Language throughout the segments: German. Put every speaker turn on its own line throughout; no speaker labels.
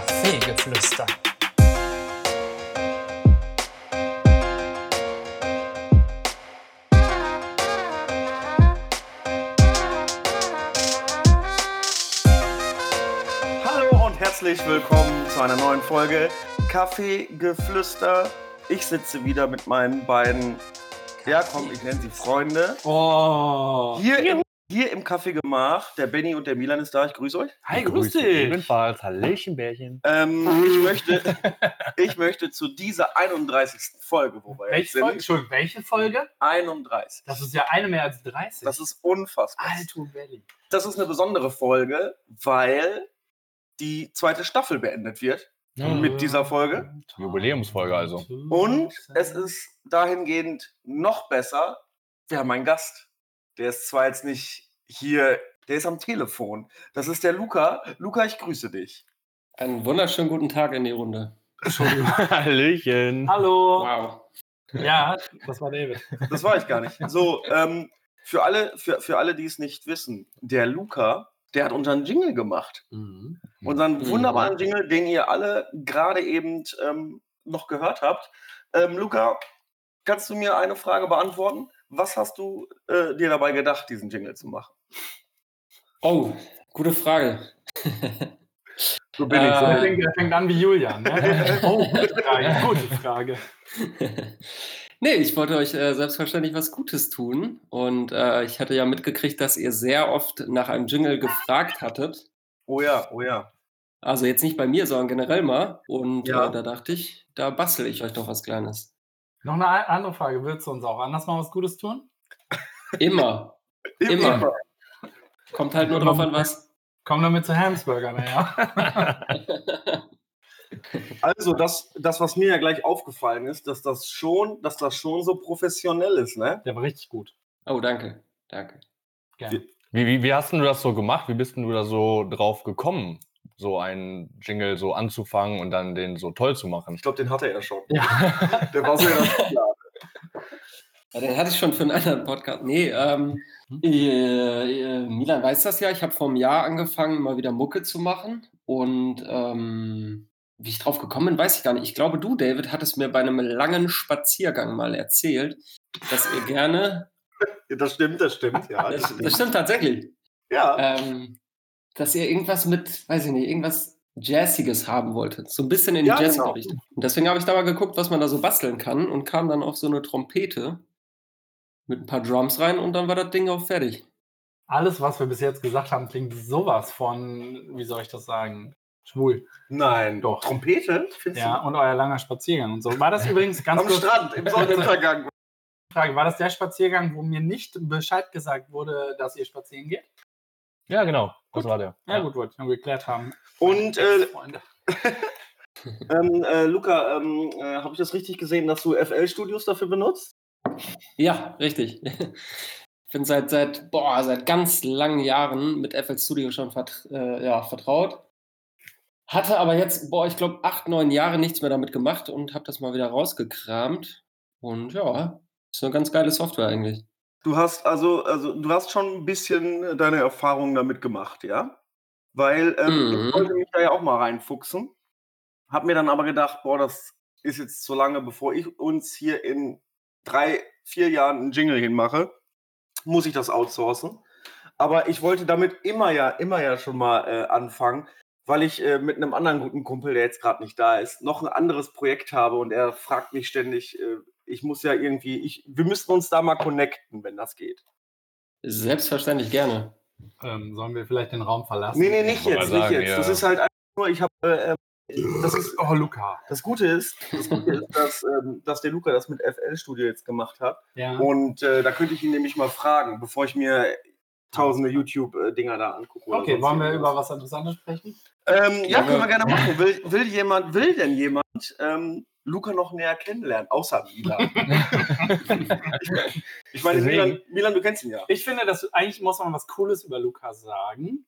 Kaffeegeflüster.
Hallo und herzlich willkommen zu einer neuen Folge Kaffeegeflüster. Ich sitze wieder mit meinen beiden, ja komm, ich nenne sie Freunde.
Oh.
Hier im, hier im Kaffeegemach, der Benny und der Milan ist da, ich grüße euch.
Hi,
Grüß
grüß
dich.
dich.
Ebenfalls. Hallöchen, Bärchen.
Ähm, ich, möchte, ich möchte zu dieser 31. Folge, wo wir jetzt
Welche Folge?
sind,
Entschuldigung, welche Folge?
31.
Das ist ja eine mehr als 30.
Das ist unfassbar.
Alto Valley.
Das ist eine besondere Folge, weil die zweite Staffel beendet wird
Äh,
mit dieser Folge.
Jubiläumsfolge also.
Mhm.
Und es ist dahingehend noch besser, wir haben einen Gast. Der ist zwar jetzt nicht hier, der ist am Telefon. Das ist der Luca. Luca, ich grüße dich.
Einen wunderschönen guten Tag in die Runde.
Hallöchen.
Hallo.
Wow.
Ja, das war David.
Das war ich gar nicht. So, ähm, für alle, für, für alle, die es nicht wissen, der Luca, der hat unseren Jingle gemacht. Unseren
Mhm.
wunderbaren Jingle, den ihr alle gerade eben ähm, noch gehört habt. Ähm, Luca, kannst du mir eine Frage beantworten? Was hast du äh, dir dabei gedacht, diesen Jingle zu machen?
Oh, gute Frage.
So bin ich. So
Der
Äh,
fängt, der fängt an wie Julian. Ne? oh, gute Frage. Gute Frage.
nee, ich wollte euch äh, selbstverständlich was Gutes tun. Und äh, ich hatte ja mitgekriegt, dass ihr sehr oft nach einem Jingle gefragt hattet.
Oh ja, oh ja.
Also jetzt nicht bei mir, sondern generell mal. Und
Ja.
äh, da dachte ich, da bastel ich euch doch was Kleines.
Noch eine a- andere Frage. Würdest du uns auch anders mal was Gutes tun?
Immer. Immer. Kommt halt nur drauf an, was.
Komm damit zu Hamsburger, naja.
Also das, das, was mir ja gleich aufgefallen ist, dass das schon, dass das schon so professionell ist, ne?
Der war richtig gut.
Oh, danke. Danke.
Wie, wie, wie hast denn du das so gemacht? Wie bist denn du da so drauf gekommen, so einen Jingle so anzufangen und dann den so toll zu machen?
Ich glaube, den hatte er schon.
Ja.
Der war so ja.
Ja, den hatte ich schon für einen anderen Podcast. Nee, ähm, äh, äh, Milan weiß das ja. Ich habe vor einem Jahr angefangen, mal wieder Mucke zu machen. Und ähm, wie ich drauf gekommen bin, weiß ich gar nicht. Ich glaube, du, David, hattest mir bei einem langen Spaziergang mal erzählt, dass ihr gerne.
Das stimmt, das stimmt, ja. Das
Das,
stimmt.
das stimmt tatsächlich.
Ja.
Ähm, dass ihr irgendwas mit, weiß ich nicht, irgendwas Jazziges haben wolltet. So ein bisschen in die
Ja,
jazzige
genau.
Richtung. Und deswegen habe ich da mal geguckt, was man da so basteln kann und kam dann auf so eine Trompete mit ein paar Drums rein und dann war das Ding auch fertig.
Alles, was wir bis jetzt gesagt haben, klingt sowas von, wie soll ich das sagen, schwul.
Nein,
Doch.
Trompete? Findest
Ja,
du?
und euer langer Spaziergang und so. War das übrigens ganz
Am
kurz
Strand, im Sonnenuntergang.
Frage, war das der Spaziergang, wo mir nicht Bescheid gesagt wurde, dass ihr spazieren geht?
Ja, genau. Das war der.
Ja, gut, wollte ich nur geklärt haben.
Und äh,
Freunde.
ähm, äh, Luca, ähm, äh, habe ich das richtig gesehen, dass du FL-Studios dafür benutzt?
Ja, richtig. Ich bin seit, seit, boah, seit ganz langen Jahren mit FL Studio schon vert, äh, ja, vertraut. Hatte aber jetzt, boah, ich glaube, acht, neun Jahre nichts mehr damit gemacht und habe das mal wieder rausgekramt. Und ja, ist eine ganz geile Software eigentlich.
Du hast also, also du hast schon ein bisschen äh, deine Erfahrungen damit gemacht, ja? Weil ähm,
Mhm.
ich wollte mich da ja auch mal reinfuchsen. Hab mir dann aber gedacht, boah, das ist jetzt zu lange, bevor ich uns hier in drei, vier Jahren einen Jingle hinmache, muss ich das outsourcen. Aber ich wollte damit immer ja, immer ja schon mal äh, anfangen, weil ich äh, mit einem anderen guten Kumpel, der jetzt gerade nicht da ist, noch ein anderes Projekt habe und er fragt mich ständig, äh, ich muss ja irgendwie, ich, wir müssten uns da mal connecten, wenn das geht.
Selbstverständlich gerne.
Ähm, sollen wir vielleicht den Raum verlassen?
Nee, nee, nicht
Ich wollte
jetzt,
mal
nicht
sagen,
jetzt.
ja.
Das ist halt einfach nur, ich habe, äh, das ist,
Oh, Luca.
das Gute ist, das Gute ist dass, ähm, dass der Luca das mit FL Studio jetzt gemacht hat.
Ja.
Und äh, da könnte ich ihn nämlich mal fragen, bevor ich mir tausende YouTube-Dinger da angucke. oder
Okay,
sonst
wollen wir über
irgendwas.
was Interessantes sprechen?
Ähm, ja,
Ja,
können wir
wir-
gerne machen. Will, will jemand, will denn jemand ähm, Luca noch näher kennenlernen, außer Milan? ich meine,
Deswegen-
Milan, Milan, du kennst ihn ja.
Ich finde, dass eigentlich muss man was Cooles über Luca sagen.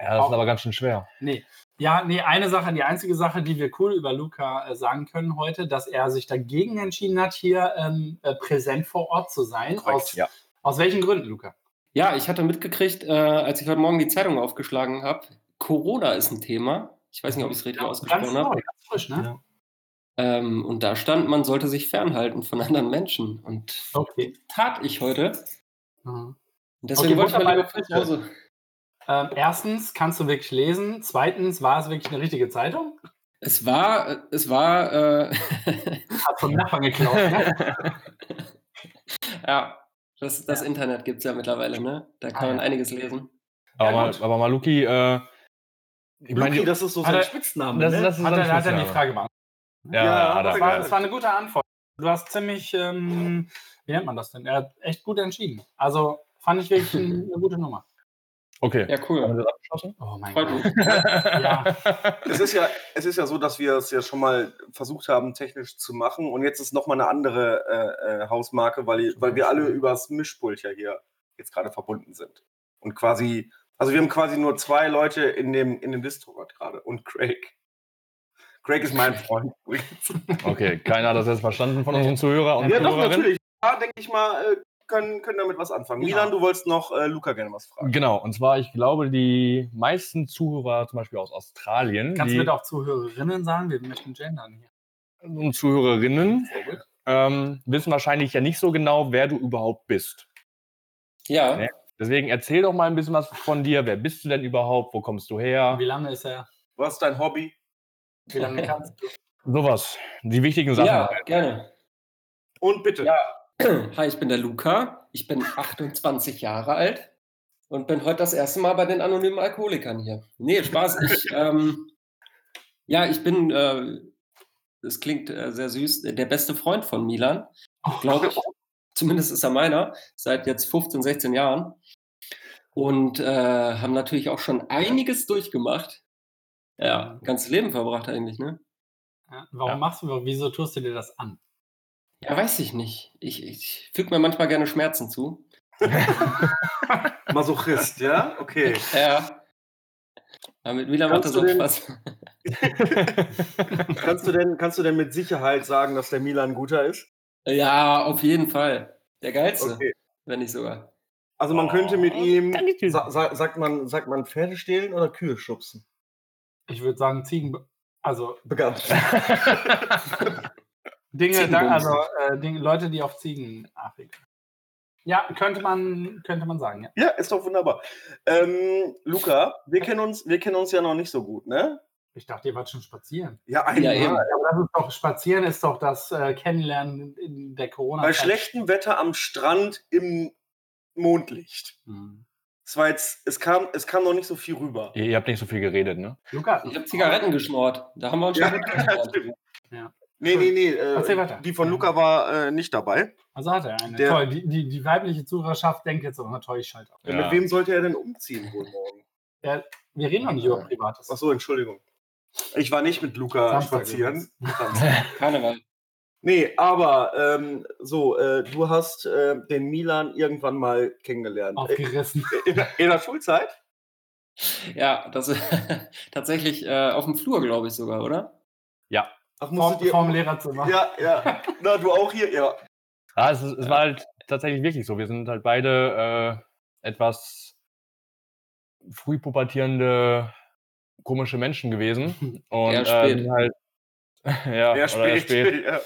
Ja, das ist aber ganz schön schwer.
Nee. Ja, nee, eine Sache, die einzige Sache, die wir cool über Luca äh, sagen können heute, dass er sich dagegen entschieden hat, hier ähm, äh, präsent vor Ort zu sein.
Korrekt,
aus,
ja.
aus welchen Gründen, Luca?
Ja, ich hatte mitgekriegt, äh, als ich heute Morgen die Zeitung aufgeschlagen habe, Corona ist ein Thema. Ich Ich weiß nicht, ob ich es richtig
Ganz
ausgesprochen
neu,
habe.
ganz frisch, ne?
Ja.
Ähm, und da stand, man sollte sich fernhalten von anderen Menschen. Und
Okay.
tat ich heute.
Mhm.
Und deswegen
Okay,
wollte ich mal lieber
wunderbare
nach Hause.
Ähm, erstens, kannst du wirklich lesen. Zweitens, war es wirklich eine richtige Zeitung?
Es war, äh, es war, äh,
Hat vom Nachbarn geklaut. Ne?
ja, das, das Internet gibt es ja mittlerweile, ne? Da kann
Ah,
man
ja.
einiges lesen.
Aber, mal,
gut.
aber Maluki, äh, ich meine,
Luki,
die-
das ist so
Hat
sein
er-
Spitzname.
das,
ne?
das ist
Hat
ein
er, hat er die
Spitzname.
Frage beantwortet.
Ja,
Ja,
hat er
Das
das
war,
gesagt.
das war eine gute Antwort. Du hast ziemlich, ähm, wie nennt man das denn? Er hat echt gut entschieden. Also fand ich wirklich ein- eine gute Nummer.
Okay.
Ja,
Haben
cool.
wir das abgeschlossen?
Oh mein
Freut
Gott.
mich.
Es ist, ja, es ist ja so, dass wir es ja schon mal versucht haben, technisch zu machen. Und jetzt ist nochmal eine andere äh, äh, Hausmarke, weil, weil wir alle übers Mischpult ja hier jetzt gerade verbunden sind. Und quasi, also wir haben quasi nur zwei Leute in dem, in dem Discord gerade und Craig. Craig ist mein Freund. übrigens.
Okay, keiner hat das jetzt verstanden von unseren Zuhörer und
ja, doch,
Zuhörerinnen.
natürlich. Da denke ich mal, äh, können, können damit was anfangen.
Genau.
Milan, du wolltest noch äh, Luca gerne was fragen.
Genau, und zwar, ich glaube, die meisten Zuhörer, zum Beispiel aus Australien,
Kannst
die
du bitte auch Zuhörerinnen sagen? Wir möchten gendern hier.
und Zuhörerinnen,
Sehr gut.
ähm, wissen wahrscheinlich ja nicht so genau, wer du überhaupt bist.
Ja,
Nee. Deswegen erzähl doch mal ein bisschen was von dir. Wer bist du denn überhaupt? Wo kommst du her?
Wie lange ist er?
Was ist dein Hobby?
Wie lange kannst du?
Sowas. Die wichtigen Sachen.
ja gerne.
Und bitte.
Ja. Hi, ich bin der Luca. Ich bin 28 Jahre alt und bin heute das erste Mal bei den anonymen Alkoholikern hier. Nee, Spaß. Ich, ähm, ja, ich bin, äh, das klingt äh, sehr süß, der beste Freund von Milan, glaube ich. Zumindest ist er meiner, seit jetzt 15, 16 Jahren. Und äh, haben natürlich auch schon einiges durchgemacht. Ja, ganzes Leben verbracht eigentlich, ne?
Ja, warum
Ja.
machst du, wieso tust du dir das an?
Ja, weiß ich nicht. Ich, ich füge mir manchmal gerne Schmerzen zu.
Masochist, ja? Okay.
Ja. Aber mit Milan macht
Kannst
das
du den-
auch Spaß.
Kannst du, denn, kannst du denn mit Sicherheit sagen, dass der Milan guter ist?
Ja, auf jeden Fall. Der geilste,
Okay.
wenn nicht sogar.
Also man könnte mit
Oh,
ihm,
Dankeschön.
sa sa sagt, man, sagt man Pferde stehlen oder Kühe schubsen?
Ich würde sagen, Ziegen. Also
Begann.
Dinge, da,
Ziegenbumsen.
also äh, Dinge, Leute, die auf Ziegen abhängen. Ja, könnte man, könnte man sagen, ja.
Ja, ist doch wunderbar. Ähm, Luca, wir kennen, uns, wir kennen uns ja noch nicht so gut, ne?
Ich dachte, ihr wart schon spazieren.
Ja,
Ja,
einmal.
eben.
Aber das ist doch, spazieren ist doch das äh, Kennenlernen in der
Bei
Corona-Zeit.
schlechtem Wetter am Strand im Mondlicht.
Hm.
Es, war jetzt, es, kam, es kam noch nicht so viel rüber.
Ihr, ihr habt nicht so viel geredet, ne?
Lukas,
Ich habe Zigaretten geschmort. Da haben wir uns schon
Ja,
gut kennengelernt.
Nee, nee, nee.
Erzähl
Äh,
weiter.
die von Luca war äh, nicht dabei.
also hat er eine.
Der-
toll, die, die, die weibliche Zuhörerschaft denkt jetzt auch, na toll, ich schalte auf.
Ja.
Mit wem sollte er denn umziehen wohl morgen?
Wir reden doch nicht über Privates.
Achso, Entschuldigung. Ich war nicht mit Luca
Samstag
spazieren.
Karneval.
Nee, aber ähm, so, äh, du hast äh, den Milan irgendwann mal kennengelernt. Äh,
Aufgerissen.
in, der- in der Schulzeit?
Ja, das ist tatsächlich äh, auf dem Flur, glaube ich sogar, oder?
Ach,
Vom,
musstet ihr.
vom Lehrerzimmer.
ja, ja. Na, du auch hier? Ja.
Ah, es, ist- es war halt tatsächlich wirklich so. Wir sind halt beide äh, etwas früh pubertierende, komische Menschen gewesen. Und
Eher spät.
ähm, halt. ja,
Ja,
oder
spät. spät. Ja.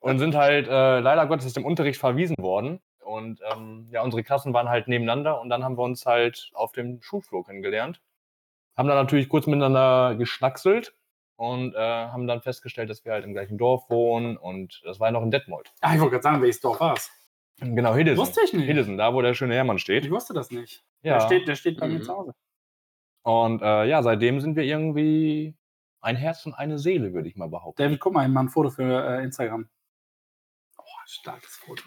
und sind halt äh, leider Gottes aus dem Unterricht verwiesen worden. Und ähm, ja, unsere Klassen waren halt nebeneinander und dann haben wir uns halt auf dem Schulflur kennengelernt. Haben dann natürlich kurz miteinander geschnackselt und äh, haben dann festgestellt, dass wir halt im gleichen Dorf wohnen und das war ja noch in Detmold.
Ah, ich wollte gerade sagen, welches Dorf war es?
Genau, Hildesen.
Wusste ich nicht.
Hildesen, da wo der schöne Hermann
Ich
steht.
wusste das nicht.
Ja.
Der, steht, der steht bei mir
Mhm.
zu Hause.
Und äh, ja, seitdem sind wir irgendwie ein Herz und eine Seele, würde ich mal behaupten.
David, guck mal, ich mach ein Foto für äh, Instagram. Oh, starkes Foto.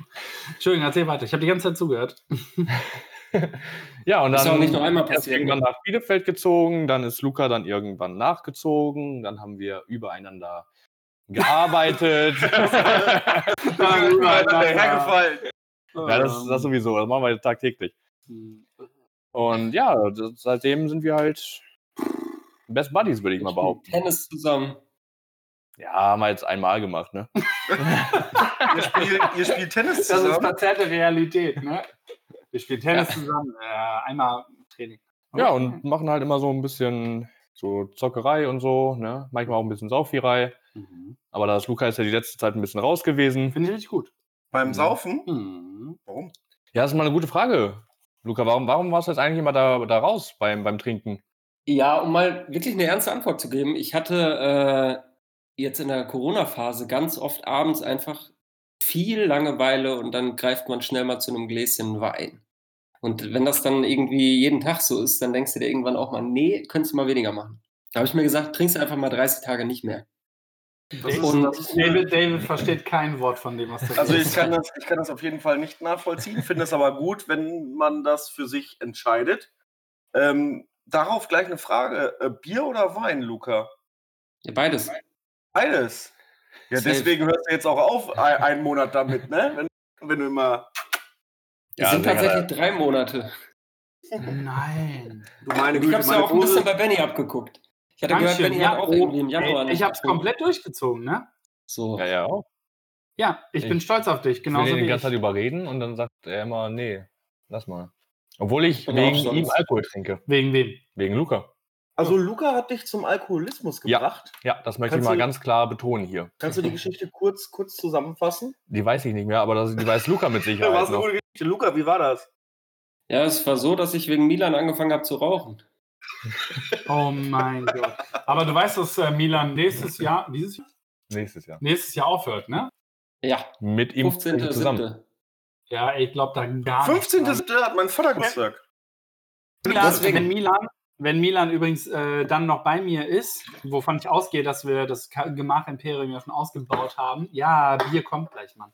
Entschuldigung, erzähl weiter. Ich habe die ganze Zeit zugehört.
Ja, und dann
Ist ja auch nicht nur einmal
er ist
passiert, ne?
irgendwann nach Bielefeld gezogen, dann ist Luca dann irgendwann nachgezogen, dann haben wir übereinander gearbeitet. ja,
Ja,
gut,
ja,
na, na.
hergefallen.
das, das sowieso, das machen wir jetzt tagtäglich.
Ähm,
Und ja, das, seitdem sind wir halt Best Buddies, würde ich mal behaupten.
Tennis zusammen.
Ja, haben wir jetzt einmal gemacht, ne?
Ihr spielt, ihr spielt Tennis
Das ist
zusammen.
verzerrte Realität, ne? Wir spielen Tennis zusammen, äh, einmal Training.
Ja, und machen halt immer so ein bisschen So Zockerei und so, ne? Manchmal auch ein bisschen Saufierei.
Mhm.
Aber da ist Luca jetzt ja die letzte Zeit ein bisschen raus gewesen.
Finde ich richtig gut.
Beim
Mhm.
Saufen?
Mhm.
Warum?
Ja, das ist mal eine gute Frage. Luca, warum, warum warst du jetzt eigentlich immer da, da raus beim, beim Trinken?
Ja, um mal wirklich eine ernste Antwort zu geben, ich hatte äh, jetzt in der Corona-Phase ganz oft abends einfach viel Langeweile und dann greift man schnell mal zu einem Gläschen Wein. Und wenn das dann irgendwie jeden Tag so ist, dann denkst du dir irgendwann auch mal, nee, könntest du mal weniger machen. Da habe ich mir gesagt, trinkst einfach mal 30 Tage nicht mehr.
David,
Und-
David, David versteht kein Wort von dem, was du
Also ich
redest.
kann, das, ich kann das auf jeden Fall nicht nachvollziehen, finde es aber gut, wenn man das für sich entscheidet. Ähm, darauf gleich eine Frage. Äh, Bier oder Wein, Luca?
Ja, beides.
Beides. Ja,
Safe.
deswegen hörst du jetzt auch auf, ein- einen Monat damit, ne? Wenn, wenn du immer.
Das
Ja,
sind
Digga,
tatsächlich drei Monate.
Nein.
Du meine
Ich
Güte,
habe es ja
meine
auch ein bisschen
Hose.
bei Benny abgeguckt. Ich hatte
Dankeschön,
gehört, Benny
ja,
hat auch
oh,
irgendwie im Januar
Ey, ich habe es
abgetrunken.
komplett durchgezogen, ne?
So.
Ja, ja, auch.
Ja, ich,
Ich-
bin stolz auf dich,
Ich will
genauso
ihn die
Genau wie
ganze Zeit
ich.
überreden und dann sagt er immer, nee, lass mal. Obwohl ich
Bin
wegen
auch sonst.
ihm Alkohol trinke.
Wegen wem?
Wegen Luca.
Also Luca hat dich zum Alkoholismus
Ja.
gebracht.
Ja, das möchte
Kannst
ich mal
du-
ganz klar betonen hier.
Kannst du die Geschichte kurz, kurz zusammenfassen?
Die weiß ich nicht mehr, aber das, die weiß Luca mit
Ja, war
Sicherheit
es eine
noch.
gute Geschichte. Luca, wie war das?
Ja, es war so, dass ich wegen Milan angefangen habe zu rauchen.
Oh mein Gott. Aber du weißt, dass äh, Milan nächstes Jahr, dieses Jahr,
Nächstes Jahr.
nächstes Jahr aufhört, ne?
Ja,
Mit ihm zusammen.
15.07.
Ja, ich glaube da
Ah,
gar
15.
nicht. dran.
hat mein Vater Geburtstag.
Milan,
Deswegen.
wenn Milan, wenn Milan übrigens äh, dann noch bei mir ist, wovon ich ausgehe, dass wir das Ka- Gemach Imperium ja schon ausgebaut haben. Ja, Bier kommt gleich, Mann.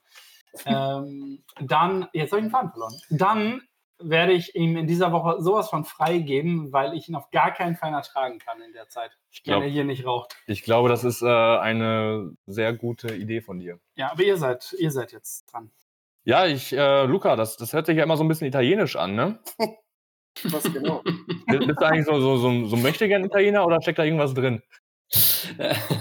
Ähm, dann, jetzt habe ich den Faden verloren. Dann werde ich ihm in dieser Woche sowas von freigeben, weil ich ihn auf gar keinen Fall ertragen kann in der Zeit,
Ich,
wenn er
glaub,
hier nicht raucht.
ich glaube, das ist äh, eine sehr gute Idee von dir.
Ja, aber ihr seid, ihr seid jetzt dran.
Ja, ich, äh, Luca, das, das hört sich ja immer so ein bisschen italienisch an, ne?
Was genau?
Bist bist du eigentlich so, so, so, so möchte gern Italiener oder steckt da irgendwas drin?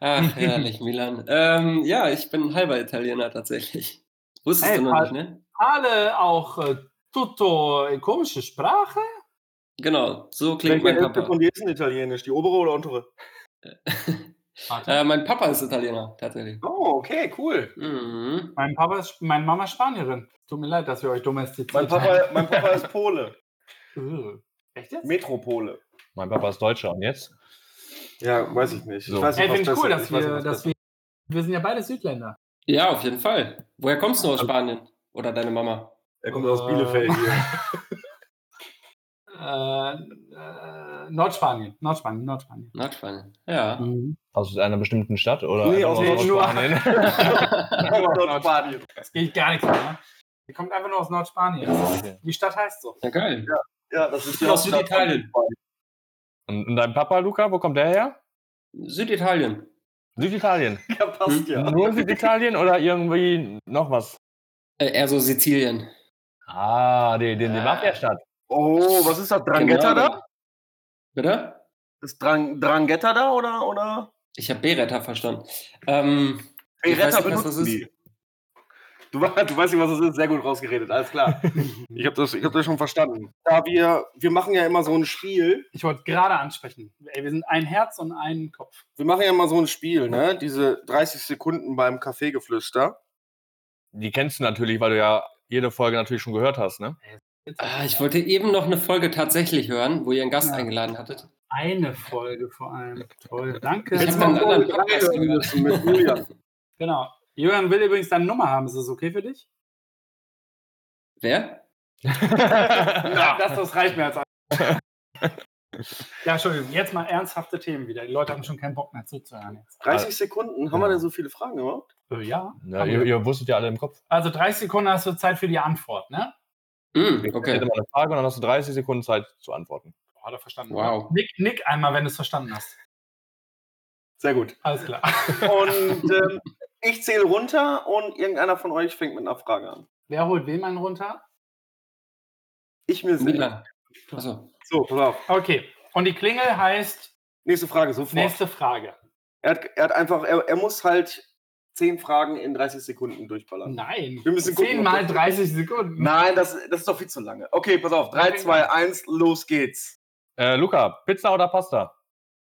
Ach, herrlich, Milan. Ähm, ja, ich bin halber Italiener tatsächlich. Wusstest
Hey,
du noch
Paul.
nicht, ne?
Alle auch äh, tutto äh, komische Sprache.
Genau, so
Welche
klingt mein
Hälfte
Papa.
von dir ist denn italienisch? Die obere oder untere?
Warte.
Äh, mein Papa ist Italiener, tatsächlich.
Oh, okay, cool.
Mhm.
Mein Papa ist, meine Mama ist Spanierin. Tut mir leid, dass wir euch domestiziert
Mein Papa, mein Papa ist Pole.
Äh, Echt jetzt?
Metropole.
Mein Papa ist Deutscher und jetzt?
Ja, weiß ich nicht.
So.
weiß
Ey, finde ich
was
cool,
besser-
dass
ich weiß
wir,
nicht, was
dass wir, wir sind ja beide Südländer.
Ja, auf jeden Fall. Woher kommst du aus Spanien? Oder deine Mama?
besser- Er kommt aus Bielefeld hier.
Äh, äh, Nordspanien, Nordspanien, Nordspanien.
Nordspanien. Ja.
Mhm.
Aus einer bestimmten Stadt oder?
Nee,
einfach
aus
nur
Nordspanien.
Spanien?
Oh, Nordspanien.
Das geht gar nichts mehr. ne? Ihr kommt einfach nur aus Nordspanien. Das ist- Die Stadt heißt so.
Ja, geil.
Ja, das ist
Ich bin aus Süditalien.
und, und dein Papa, Luca, wo kommt der her?
Süditalien.
Süditalien.
Ja, passt ja.
Nur Süditalien oder irgendwie noch was?
Äh, eher so Sizilien.
Ah, die, die, die
Ah.
Mafia-Stadt.
Oh, was ist das? Drangheta
Genau.
da?
Bitte?
Ist Drang, Drangheta da oder? oder?
Ich habe Beretta verstanden. Ähm, Ich
Beretta
weiß nicht, was das
benutzen
ist.
die. Du, we- du weißt nicht, was das ist. Sehr gut rausgeredet, alles klar. ich habe das, ich hab das schon verstanden. Da wir, wir machen ja immer so ein Spiel.
Ich wollte gerade ansprechen. Ey, wir sind ein Herz und ein Kopf.
Wir machen ja immer so ein Spiel, ne? Diese 30 Sekunden beim Kaffeegeflüster.
Die kennst du natürlich, weil du ja jede Folge natürlich schon gehört hast, ne?
ah, ich wollte eben noch eine Folge tatsächlich hören, wo ihr einen Gast
Ja.
eingeladen hattet.
Eine Folge vor allem. Toll, danke.
Jetzt
Jetzt
mal
mal
einen anderen
Folge
Podcast
drei hören
gehört.
müssen mit Julian.
Genau. Jürgen will übrigens deine Nummer haben. Ist das okay für dich?
Wer?
Ja, das, das reicht mir als Antwort. Ja, Entschuldigung, jetzt mal ernsthafte Themen wieder. Die Leute haben schon keinen Bock mehr zuzuhören jetzt.
30 Sekunden? Haben wir denn so viele Fragen überhaupt?
Äh, ja.
Na, ihr, ihr wusstet ja alle im Kopf.
Also 30 Sekunden hast du Zeit für die Antwort, ne?
Mm,
Ich
okay.
hätte mal eine Frage und dann hast du 30 Sekunden Zeit zu antworten.
Hat er verstanden.
Wow.
Nick, nick einmal, wenn du es verstanden hast.
Sehr gut.
Alles klar.
Und ähm, ich zähle runter und irgendeiner von euch fängt mit einer Frage an.
Wer holt wem einen runter?
Ich mir selbst.
Milan. Achso.
So, pass auf.
Okay. Und die Klingel heißt
Nächste Frage, sofort.
nächste Frage.
Er, hat, er hat einfach, er, er muss halt 10 Fragen in 30 Sekunden durchballern.
Nein.
Wir müssen gucken,
10
ob
mal
das-
30 Sekunden.
Nein, das, das ist doch viel zu lange. Okay, pass auf. 3, 2, 1, los geht's.
Äh, Luca, Pizza oder Pasta?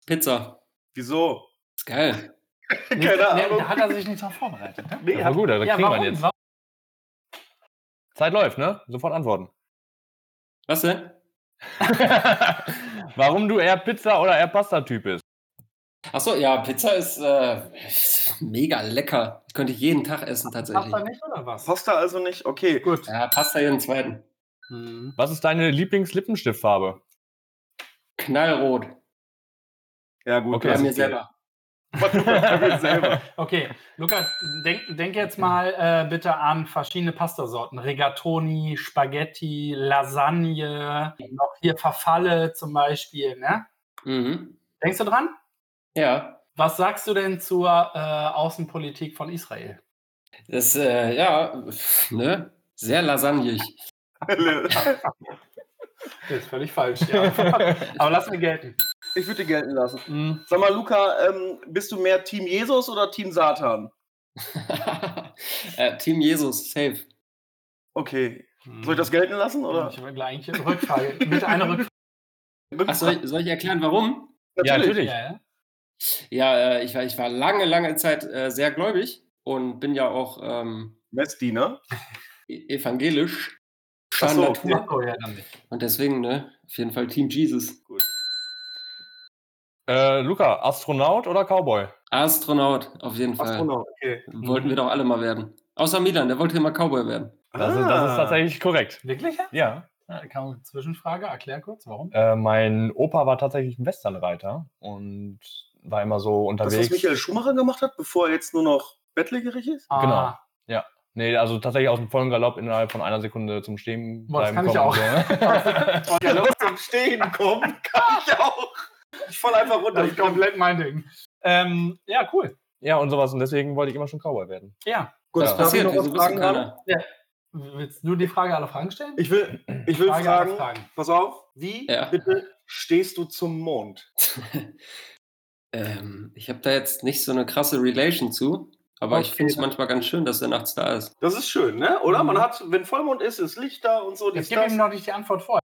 Pizza.
Wieso?
Ist geil.
Keine
Nee,
Ahnung.
Da hat er sich nicht drauf vorbereitet. Ne?
Nee,
Ja,
hat-
gut, da
Ja,
kriegen
warum?
wir ihn jetzt.
Warum?
Zeit läuft, ne? Sofort antworten.
Was denn?
Warum du eher Pizza oder eher Pasta-Typ bist?
Achso, ja, Pizza ist äh, mega lecker. Könnte ich jeden Tag essen tatsächlich.
Pasta nicht oder was?
Pasta also nicht? Okay.
Gut.
Ja, Pasta jeden zweiten.
Hm.
Was ist deine Lieblings-Lippenstiftfarbe?
Knallrot.
Ja, gut.
Okay. Ja,
Bei
das-
mir
okay.
selber.
Bei mir selber.
Okay, Luca, denk, denk jetzt mal äh, bitte an verschiedene Pastasorten. Rigatoni, Spaghetti, Lasagne, noch hier Verfalle zum Beispiel. Ne?
Mhm.
Denkst du dran?
Ja.
Was sagst du denn zur äh, Außenpolitik von Israel?
Das, äh, ja, pf, ne? Sehr lasagnig.
Alle.
Das ist völlig falsch, ja. Aber lass mir gelten.
Ich würde dir gelten lassen.
Hm.
Sag mal, Luca, ähm, bist du mehr Team Jesus oder Team Satan?
äh, Team Jesus, safe.
Okay. Hm. Soll ich das gelten lassen? Oder?
Hm, Ich will gleich eine Rückfrage. Bitte eine Rückfrage.
Ach, soll, ich, soll ich erklären, warum?
Ja, natürlich.
Ja,
Ja, äh, ich, war, ich war lange, lange Zeit äh, sehr gläubig und bin ja auch ähm,
Messdiener.
e- evangelisch.
Ach so,
Schon Natur.
ja. Oh, ja, damit.
Und deswegen, ne? Auf jeden Fall Team Jesus.
Äh, Luca, Astronaut oder Cowboy?
Astronaut, auf jeden Fall. Mhm.
Astronaut. Okay.
Wollten wir doch alle mal werden. Außer Milan, der wollte immer Cowboy werden.
Das, ist,
Ah.
das ist tatsächlich korrekt.
Wirklich? ja?
Ja.
Ah, Kann man Zwischenfrage? Erklär kurz, warum?
Äh, mein Opa war tatsächlich ein Westernreiter und war immer so
Das,
unterwegs.
was Michael Schumacher gemacht hat, bevor er jetzt nur noch bettlägerig ist?
Ah,
Genau. nee, also tatsächlich aus dem vollen Galopp innerhalb von einer Sekunde zum Stehen
Boah, das
bleiben
kann ich
kommen
auch.
und so, ne?
Oh, ja,
Aus dem Stehen kommen kann ich auch. Ich fall einfach runter.
Das ist komplett mein Ding. Ähm, ja, cool.
ja, und sowas. Und deswegen wollte ich immer schon Cowboy werden.
Ja.
Gut,
Ja.
darf ich
Passiert,
noch was
wieso wusste
fragen, Arne?
keiner?
Willst du die Frage aller Fragen stellen?
Ich will, ich will
Frage aller
fragen, pass auf, wie
Ja.
bitte stehst du zum Mond?
Ähm, ich habe da jetzt nicht so eine krasse Relation zu, aber ich
Okay,
finde es manchmal ganz schön, dass er nachts da ist.
Das ist schön, ne? Oder? Man
Mhm.
hat, wenn Vollmond ist, ist Licht da und so.
Jetzt
dies,
gib
das.
ihm noch nicht die Antwort vor.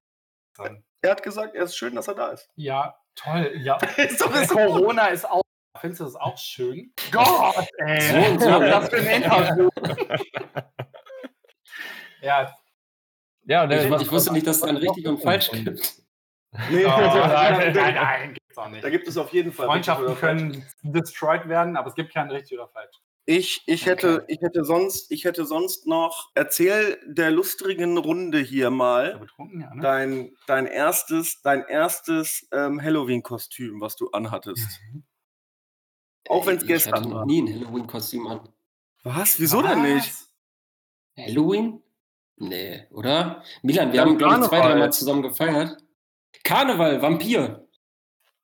Er hat gesagt, er ist schön, dass er da ist.
Ja, toll. Ja.
ist doch ist doch-
Corona ist auch. Findest du das auch schön? Gott,
So
ey.
und so, ne?
das für ein Interview? ja, oh,
Ja,
Ich,
der, was,
ich wusste nicht, dass es dann richtig und falsch gibt.
Nee,
oh, nein,
da-
nein, nein, gibt's auch
Da
nicht.
gibt es auf jeden Fall.
Freundschaften
richtig oder falsch.
können destroyed werden, aber es gibt keinen richtig oder falsch.
Ich, ich, hätte, ich, hätte sonst, ich hätte sonst noch, erzähl der lustigen Runde hier
Ja,
mal
betrunken,
Hm?
ja, ne?
dein, dein erstes, dein erstes ähm, Halloween-Kostüm, was du anhattest. Auch wenn es
Mhm. Äh, Ich
gestern
hatte noch
war.
nie ein Halloween-Kostüm an.
Was? Wieso denn nicht?
Halloween? Nee, oder? Milan, wir
Ja,
haben, glaube ich, zwei,
Karneval.
dreimal zusammen gefeiert. Karneval, Vampir.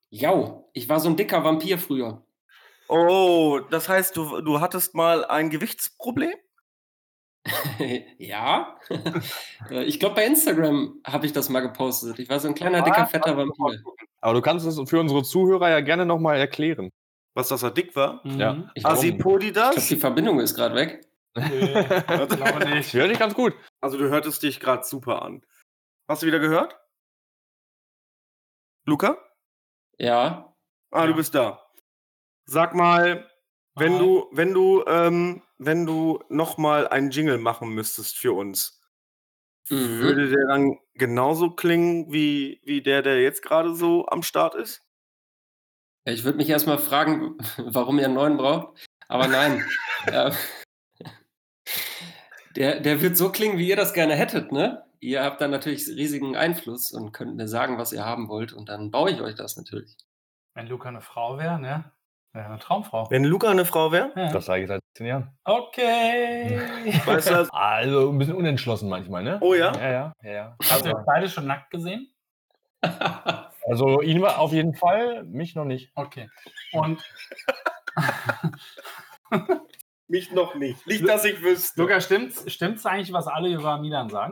Jau, ich war so ein dicker Vampir früher.
Oh, das heißt, du, du hattest mal ein Gewichtsproblem?
ja? Äh, ich glaube, bei Instagram habe ich das mal gepostet. Ich war so ein kleiner, dicker,
Ah,
fetter Vampir.
aber du kannst es für unsere Zuhörer ja gerne nochmal erklären.
Was, dass er dick war?
Mhm.
Ja.
Ah,
Ich glaube, ich glaub,
Asipodidas?
die Verbindung ist gerade weg.
Nö, ich glaube
Ich
nicht.
höre dich ganz gut.
Also du hörtest dich gerade super an. Hast du wieder gehört? Luca?
Ja,
Ah, du
Ja.
bist da. Ah. Sag mal, wenn
Hi.
du, wenn du, ähm, wenn du nochmal einen Jingle machen müsstest für uns,
Mhm.
würde der dann genauso klingen wie, wie der, der jetzt gerade so am Start ist?
Ja, Ich würde mich erstmal fragen, warum ihr einen neuen braucht. Aber nein. äh, der, der wird so klingen, wie ihr das gerne hättet, ne? Ihr habt dann natürlich riesigen Einfluss und könnt mir sagen, was ihr haben wollt. Und dann baue ich euch das natürlich.
Wenn Luca eine Frau wäre, ne? Wäre eine Traumfrau.
Wenn Luca eine Frau wäre?
Ja.
Das sage ich seit 10 Jahren.
Okay.
Weißt du das?
Also ein bisschen unentschlossen manchmal, ne?
Oh ja?
Ja, ja, ja. ja.
Hast du
Also,
jetzt beide schon nackt gesehen?
also ihn war auf jeden Fall, mich noch nicht.
Okay. Und
Mich noch nicht. Nicht, dass ich wüsste.
Luca, stimmt's, stimmt's eigentlich, was alle über Milan sagen?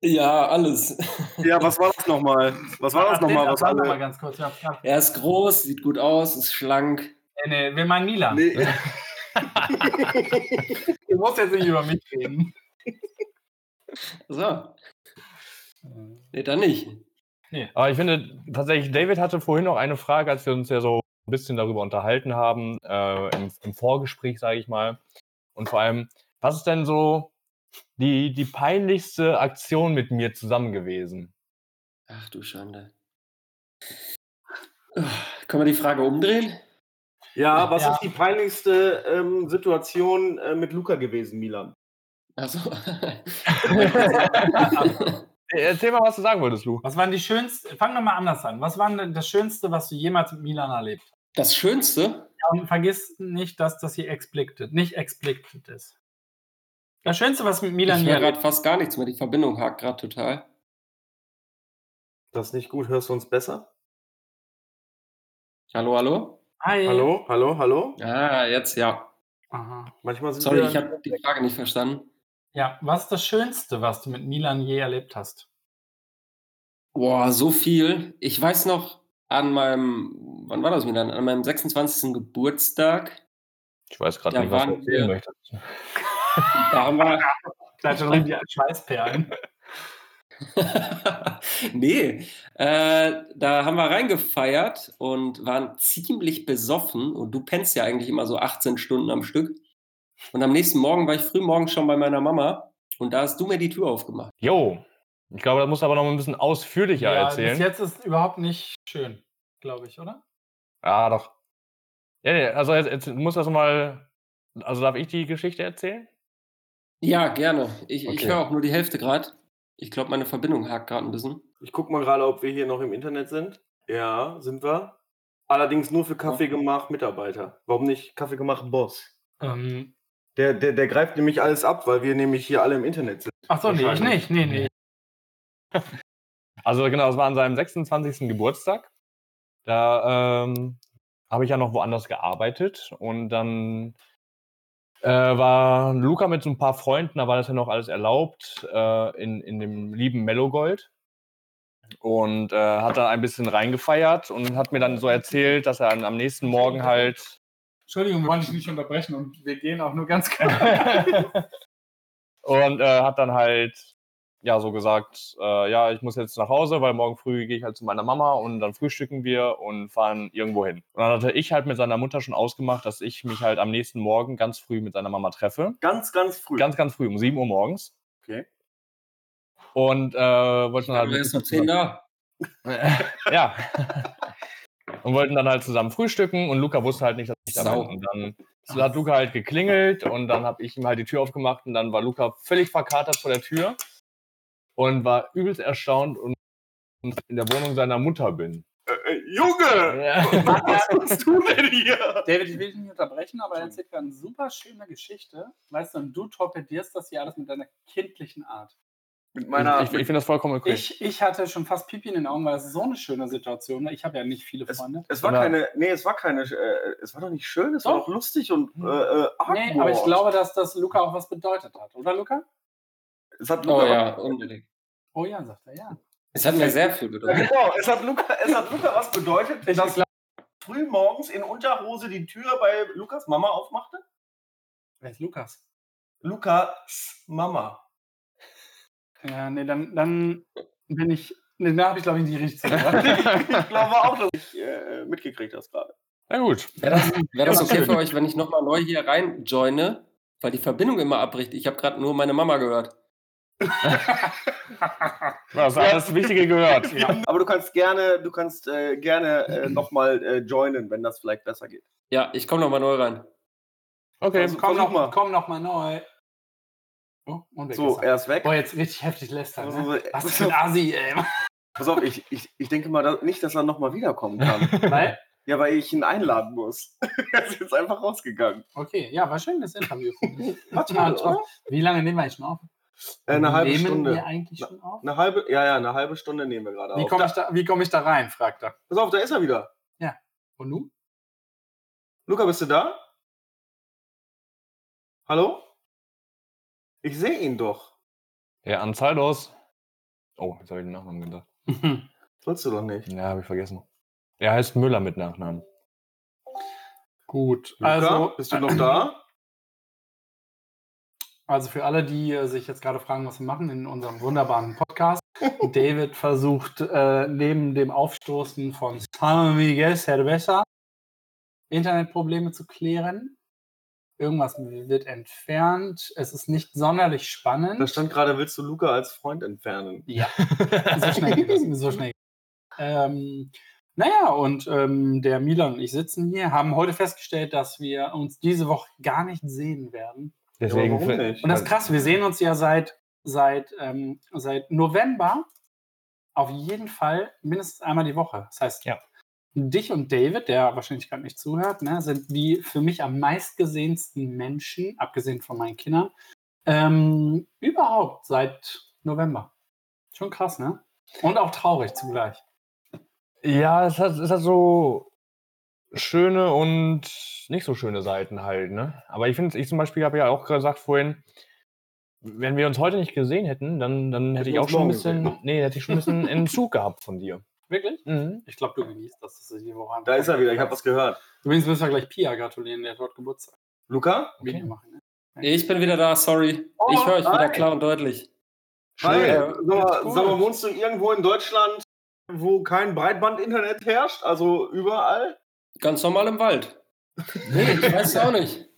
Ja, alles.
Ja, was war das nochmal? Was war das
Erzähl-
nochmal? Was
erzähl noch mal
alle...
ganz kurz. Ich hab's grad-
Er ist groß, sieht gut aus, ist schlank.
Nee, nee, wir meinen Milan.
Nee.
Du musst jetzt nicht über mich reden.
So, nee, dann nicht.
Nee.
Aber ich finde tatsächlich, David hatte vorhin noch eine Frage, als wir uns ja so ein bisschen darüber unterhalten haben, äh, im, im Vorgespräch, sage ich mal. Und vor allem, was ist denn so die, die peinlichste Aktion mit mir zusammen gewesen?
Ach du Schande. Ugh, Können wir die Frage umdrehen?
Ja, was
Ja.
ist die peinlichste ähm, Situation äh, mit Luca gewesen, Milan?
Also,
Äh, Erzähl mal, was du sagen wolltest, Lu.
Was waren die schönsten, fang doch mal anders an. Was war denn das Schönste, was du jemals mit Milan erlebt hast?
das Schönste?
Ja, und vergiss nicht, dass das hier explicit, nicht explicit ist. Das Schönste, was mit Milan
ich
hier
höre gerade fast gar nichts mehr. Die Verbindung hakt gerade total.
Das ist nicht gut, hörst du uns besser?
Hallo, hallo?
Hi.
Hallo, hallo, hallo?
Ah, jetzt ja.
Aha.
Manchmal sind
Sorry,
wir...
ich habe die Frage nicht verstanden.
Ja, was ist das Schönste, was du mit Milan je erlebt hast?
Boah, so viel. Ich weiß noch an meinem, wann war das wieder? An meinem 26. Geburtstag.
Ich weiß gerade
Da
nicht, was du
waren
erzählen
wir-
möchtest.
Da haben wir,
Da schon richtig Schweißperlen.
nee, äh, da haben wir reingefeiert und waren ziemlich besoffen. Und du pennst ja eigentlich immer so 18 Stunden am Stück. Und am nächsten Morgen war ich früh morgens schon bei meiner Mama und da hast du mir die Tür aufgemacht.
Jo, ich glaube, das musst du aber noch ein bisschen ausführlicher
bis
erzählen.
jetzt ist überhaupt nicht schön, glaube ich, oder?
Ah, doch. Ja, nee, also jetzt, jetzt muss das mal. Also darf ich die Geschichte erzählen?
Ja, gerne. Ich, ich
Okay.
höre auch nur die Hälfte gerade. Ich glaube, meine Verbindung hakt gerade ein bisschen.
Ich guck mal gerade, ob wir hier noch im Internet sind. Ja, sind wir. Allerdings nur für Kaffee gemacht Mitarbeiter. Warum nicht Kaffee gemacht Boss?
Ähm,
Der, der, der greift nämlich alles ab, weil wir nämlich hier alle im Internet sind.
Achso, nee, ich
Wahrscheinlich.
nicht. Nee, nee.
Also genau, es war an seinem 26. Geburtstag. Da ähm, habe ich ja noch woanders gearbeitet und dann äh, war Luca mit so ein paar Freunden, da war das ja noch alles erlaubt, äh, in, in dem lieben Mellogold. Und äh, hat da ein bisschen reingefeiert und hat mir dann so erzählt, dass er an- am nächsten Morgen halt
Entschuldigung, wir wollen dich nicht unterbrechen und wir gehen auch nur ganz klar.
und äh, hat dann halt ja so gesagt, äh, ja, ich muss jetzt nach Hause, weil morgen früh gehe ich halt zu meiner Mama und dann frühstücken wir und fahren irgendwo hin. Und dann hatte ich halt mit seiner Mutter schon ausgemacht, dass ich mich halt am nächsten Morgen ganz früh mit seiner Mama treffe.
Ganz, ganz früh.
Ganz, ganz früh, um 7 Uhr morgens.
Okay.
Und äh, wollte dann
Da
halt.
waren wir erst um 10 da.
ja. Und wollten dann halt zusammen frühstücken und Luca wusste halt nicht, dass ich da
Sau.
bin. Und dann so hat Luca halt geklingelt und dann habe ich ihm halt die Tür aufgemacht und dann war Luca völlig verkatert vor der Tür und war übelst erstaunt und und in der Wohnung seiner Mutter bin.
Äh, Junge! Was machst du denn hier?
David, ich will dich nicht unterbrechen, aber er erzählt gerade eine super schöne Geschichte. Weißt du, und du torpedierst das hier alles mit deiner kindlichen Art.
Mit meiner.
Ich, ich, ich finde das vollkommen okay.
Ich, ich hatte schon fast Pipi in den Augen, weil es so eine schöne Situation war. Ich habe ja nicht viele Freunde.
es war
Oder-
keine. Nee, es war keine. Äh, es war doch nicht schön, es war
Doch.
doch lustig und. Äh, äh,
Nee,
awkward.
aber ich glaube, dass das Luca auch was bedeutet hat. Oder, Luca?
Es hat
Oh
Luca,
ja, unbedingt.
Oh ja, sagt er, ja.
Es hat mir sehr viel bedeutet.
Genau, es hat Luca, es hat Luca was bedeutet,
Ich
dass
glaube,
früh morgens in Unterhose die Tür bei Lukas Mama aufmachte?
wer ist Lukas?
Lukas Mama.
Ja, nee, dann, dann bin ich. Nee, da habe ich, glaube ich, nicht richtig zugehört.
Ich glaube auch, dass ich äh, mitgekriegt habe gerade.
Na gut.
Wäre das, wär das
Ja,
okay
schön.
für euch, wenn ich nochmal neu hier rein joine? Weil die Verbindung immer abbricht. Ich habe gerade nur meine Mama gehört.
Das war alles Wichtige gehört.
Aber du kannst gerne, du kannst äh, gerne äh, nochmal äh, joinen, wenn das vielleicht besser geht.
Ja, ich komme nochmal neu rein.
Okay.
Also-
komm,
Versuch
noch,
mal.
komm noch mal neu. Oh, und weg
So,
ist er.
er ist weg.
Boah, jetzt richtig heftig lästern.
Also,
Ne?
so-
Was ist für ein Asi, ey?
Pass auf, ich, ich, ich denke mal da, nicht, dass er nochmal wiederkommen kann.
Weil,
ja, weil ich ihn einladen muss. er ist jetzt einfach rausgegangen.
okay, ja, war schön, das Interview.
Warte
Ja,
mal,
toll.
oder?
Wie lange nehmen wir eigentlich schon auf?
Äh, eine halbe
Nehmen wir
Stunde.
eigentlich schon auf?
Eine halbe, ja, ja, eine halbe Stunde nehmen wir gerade
Wie
auf.
komme
Da,
ich, da- wie komm ich da rein, fragt er.
pass auf, da ist er wieder.
Und du?
Luca, bist du da? Hallo? Ich sehe ihn doch.
Ja, Anzaldos. Oh, jetzt habe ich den Nachnamen gedacht.
Sollst du doch nicht.
Ja, habe ich vergessen. Er heißt Müller mit Nachnamen.
Gut,
Luca,
also,
bist du noch da?
also für alle, die äh, sich jetzt gerade fragen, was wir machen in unserem wunderbaren Podcast, David versucht äh, neben dem Aufstoßen von San Miguel Cerveza Internetprobleme zu klären. Irgendwas wird entfernt. Es ist nicht sonderlich spannend.
Da stand gerade, willst du Luca als Freund entfernen?
äh, Ja, so schnell geht das. So schnell. geht das. Ähm, naja, und ähm, der Milan und ich sitzen hier, haben heute festgestellt, dass wir uns diese Woche gar nicht sehen werden.
Deswegen.
warum
fi-
nicht?
Und das ist krass, wir sehen uns ja seit, seit, ähm, seit November auf jeden Fall mindestens einmal die Woche. Das heißt,
Ja.
dich und David, der wahrscheinlich gerade nicht zuhört, ne, sind die für mich am meistgesehensten Menschen, abgesehen von meinen Kindern, ähm, überhaupt seit November. Schon krass, ne? Und auch traurig zugleich.
ja, es hat, es hat so schöne und nicht so schöne Seiten halt, ne? Aber ich finde, ich zum Beispiel habe ja auch gesagt vorhin, wenn wir uns heute nicht gesehen hätten, dann, dann hätte
Hätten
ich
wir
auch
uns
schon ein
morgen
bisschen,
gesehen. ne?
nee, hätte ich schon ein bisschen Entzug gehabt von dir.
Wirklich?
Mhm.
Ich glaube, du genießt das, dass du die Woche
Da ist er wieder, ich habe was gehört.
Übrigens müssen wir gleich Pia gratulieren, der hat heute Geburtstag.
Luca?
Okay.
Video machen. Ne?
Ich bin wieder da, sorry.
Oh,
ich höre euch wieder
nein.
klar und deutlich. äh,
Hi,
Schnell.
sag, mal,
Cool.
sag mal, wohnst du irgendwo in Deutschland, wo kein Breitband-Internet herrscht? Also überall?
Ganz normal im Wald. Nee, ich weiß auch nicht.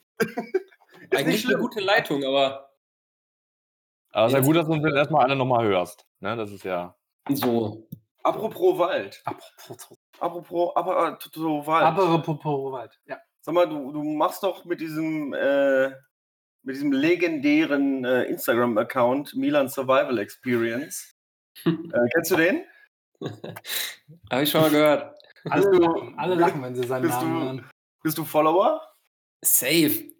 Eigentlich
schlimm.
eine gute Leitung, aber
Aber es ist ja
Jetzt-
gut, dass du uns jetzt erstmal alle nochmal hörst. Ne? Das ist ja.
so.
Apropos Wald.
Apropos
Apropos, äh, apropos Wald.
Apropos Wald. Ja.
Sag mal, du, du machst doch mit diesem, äh, mit diesem legendären äh, Instagram-Account Milan Survival Experience. äh, kennst du den?
Habe ich schon mal gehört.
Alle,
du-
lachen, alle lachen, wenn sie seinen
bist
Namen
du-
hören.
Bist du Follower?
Safe.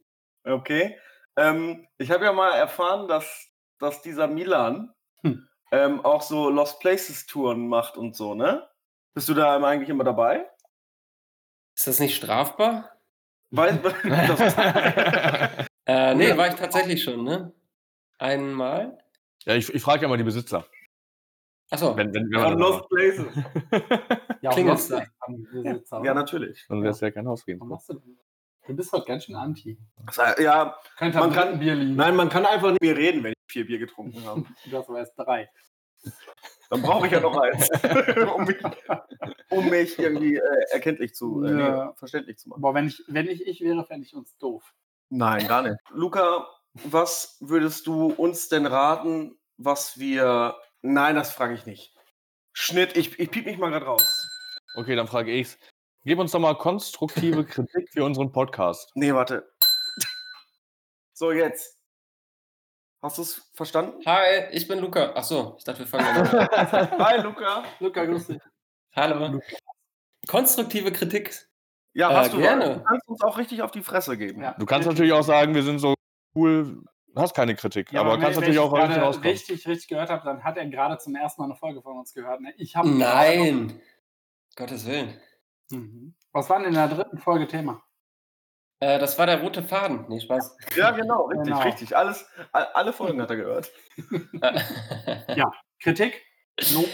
Okay. Ähm, ich habe ja mal erfahren, dass, dass dieser Milan
Hm.
ähm, auch so Lost Places-Touren macht und so, ne? Bist du da eigentlich immer dabei?
Ist das nicht strafbar?
Weil, das,
ja,
Äh, nee, war ich tatsächlich schon, ne? Einmal?
ich ich frage ja mal die Besitzer.
Achso,
Wenn, wenn, wenn
von
man das
Lost Places.
Ja, und
Klingelt
was-
da.
Ja, natürlich.
Dann wär's ja kein
Warum
Hausfrieden.
machst du denn? Du bist heute ganz schön anti.
Das heißt, Ja,
Könnte
Man
am
kann-
dritten Bier liegen.
nein, man kann einfach nicht mehr reden, wenn ich vier Bier getrunken habe.
Das war jetzt drei.
Dann brauche ich ja noch eins, um, mich, um mich irgendwie äh, erkenntlich zu, äh,
Ja.
nee, verständlich zu machen.
Boah, wenn ich, wenn ich, ich wäre, fände ich uns doof.
Nein, gar nicht. Luca, was würdest du uns denn raten, was wir. Nein, das frage ich nicht. Schnitt, ich, ich piep mich mal gerade raus.
Okay, dann frage ich's. Gib uns doch mal konstruktive Kritik für unseren Podcast.
Nee, warte. So, jetzt. Hast du es verstanden?
hi, ich bin Luca. Achso, ich dachte, wir fangen an.
Hi, Luca.
Luca, grüß dich.
Hallo. Konstruktive Kritik.
Ja,
Äh,
hast du
gerne.
Du kannst uns auch richtig auf die Fresse geben.
Ja.
Du kannst natürlich auch sagen, wir sind so cool, hast keine Kritik,
Ja,
aber
wenn-
kannst
wenn
natürlich
ich
auch
gerade
richtig rauskommen.
richtig, richtig gehört habe, dann hat er gerade zum ersten Mal eine Folge von uns gehört. Ne? Ich habe.
Nein. Gottes Willen.
Mhm. Was war denn in der dritten Folge Thema?
Äh, das war der rote Faden. Nee, Spaß.
Ja, genau, richtig,
Genau.
richtig. Alles, all- alle Folgen hat er gehört.
Äh,
Kritik? Lob?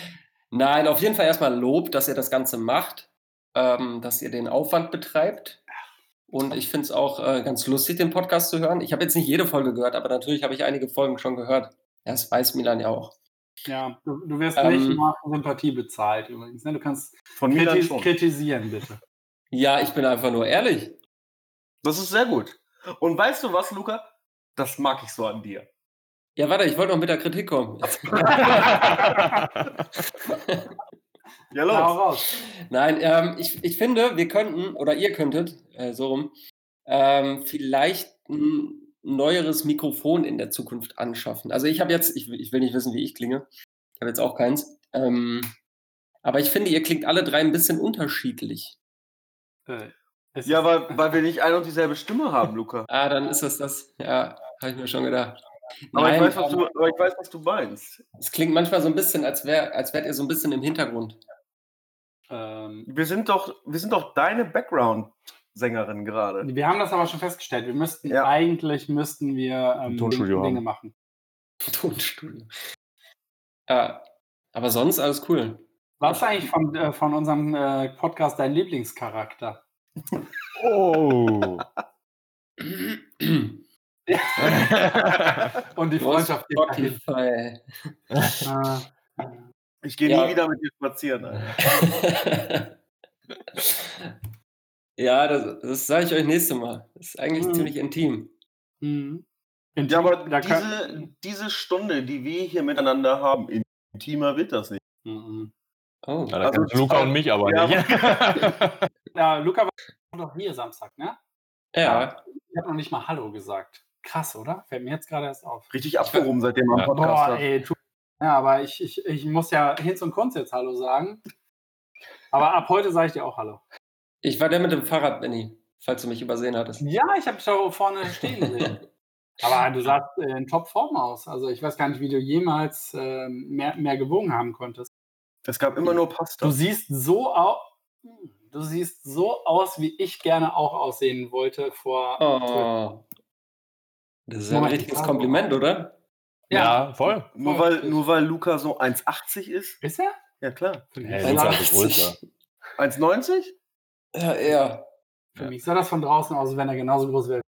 Nein, auf jeden Fall erstmal Lob, dass ihr das Ganze macht, ähm, dass ihr den Aufwand betreibt. Und ich finde es auch äh, ganz lustig, den Podcast zu hören. Ich habe jetzt nicht jede Folge gehört, aber natürlich habe ich einige Folgen schon gehört. Ja, das weiß Milan ja auch.
Ja, du, du wirst
Ähm.
nicht nach Sympathie bezahlt übrigens. Ne? Du kannst
Von mir dann
kritis-
schon.
kritisieren, bitte.
Ja, ich bin einfach nur ehrlich.
Das ist sehr gut. Und weißt du was, Luca? Das mag ich so an dir.
Ja, warte, ich wollte noch mit der Kritik kommen.
Ja,
Ja, hau
los.
raus.
Nein, ähm, ich, ich finde, wir könnten oder ihr könntet, äh, so rum, ähm, vielleicht ein neueres Mikrofon in der Zukunft anschaffen. Also ich habe jetzt, ich, will- ich will nicht wissen, wie ich klinge. Ich habe jetzt auch keins. Ähm, aber ich finde, ihr klingt alle drei ein bisschen unterschiedlich.
Äh, es
Ja,
ist-
weil, weil wir nicht ein und dieselbe Stimme haben, Luca.
Ah, dann ist das das. Ja, habe ich mir schon gedacht.
Aber,
Nein,
ich weiß, was
ähm,
du, aber ich weiß, was du meinst.
es klingt manchmal so ein bisschen, als wärt als wärt ihr so ein bisschen im Hintergrund.
ähm,
Wir sind doch, wir sind doch deine Background-Sängerin gerade.
wir haben das aber schon festgestellt. Wir müssten
Ja.
eigentlich müssten wir ähm,
Tonstudio
Dinge, Dinge
haben.
machen.
Tonstudio. Ja, aber sonst alles cool.
Was ist eigentlich von, äh, von unserem äh, Podcast dein Lieblingscharakter?
oh.
Und die
Groß
Freundschaft geht dahin.
Spotify.
äh,
Ich gehe
Ja.
nie wieder mit dir spazieren. Alter.
ja, das, das sage ich euch nächstes Mal. Das ist eigentlich
Mhm.
ziemlich intim.
Mhm. In-
Ja, aber
da kann-
diese, diese Stunde, die wir hier miteinander haben, intimer wird das nicht.
Mhm.
Oh.
Ja, da
Also,
kannst du Luca
auch-
und mich aber
ja,
nicht.
Ja, Luca war doch hier Samstag, ne?
Ja,
Ich habe noch nicht mal Hallo gesagt. Krass, oder? Fällt mir jetzt gerade erst auf.
Richtig abgehoben, seitdem man
Ja.
Podcast
Boah,
hat.
ey, tu, ja, aber ich, ich, ich muss ja Hinz und Kunz jetzt Hallo sagen. Aber ab heute sage ich dir auch Hallo.
ich war der mit dem Fahrrad, Benny, falls du mich übersehen hattest.
Ja, ich habe dich da vorne stehen gesehen. Aber du sahst äh, in Topform aus. Also ich weiß gar nicht, wie du jemals ähm, mehr, mehr gewogen haben konntest.
Es gab immer nur
Du
Pasta.
siehst so aus. Du siehst so aus, wie ich gerne auch aussehen wollte vor.
Oh. Das ist ja ein
Moment,
richtiges
ich-
Kompliment, oder?
ja. voll.
Nur weil, nur weil Luca so 1,80 ist?
Ist er?
Ja, klar.
Für
Ja,
mich,
Luca
sah,
ist größer.
1,90?
Ja, eher.
für mich sah das von draußen aus, wenn er genauso groß wäre.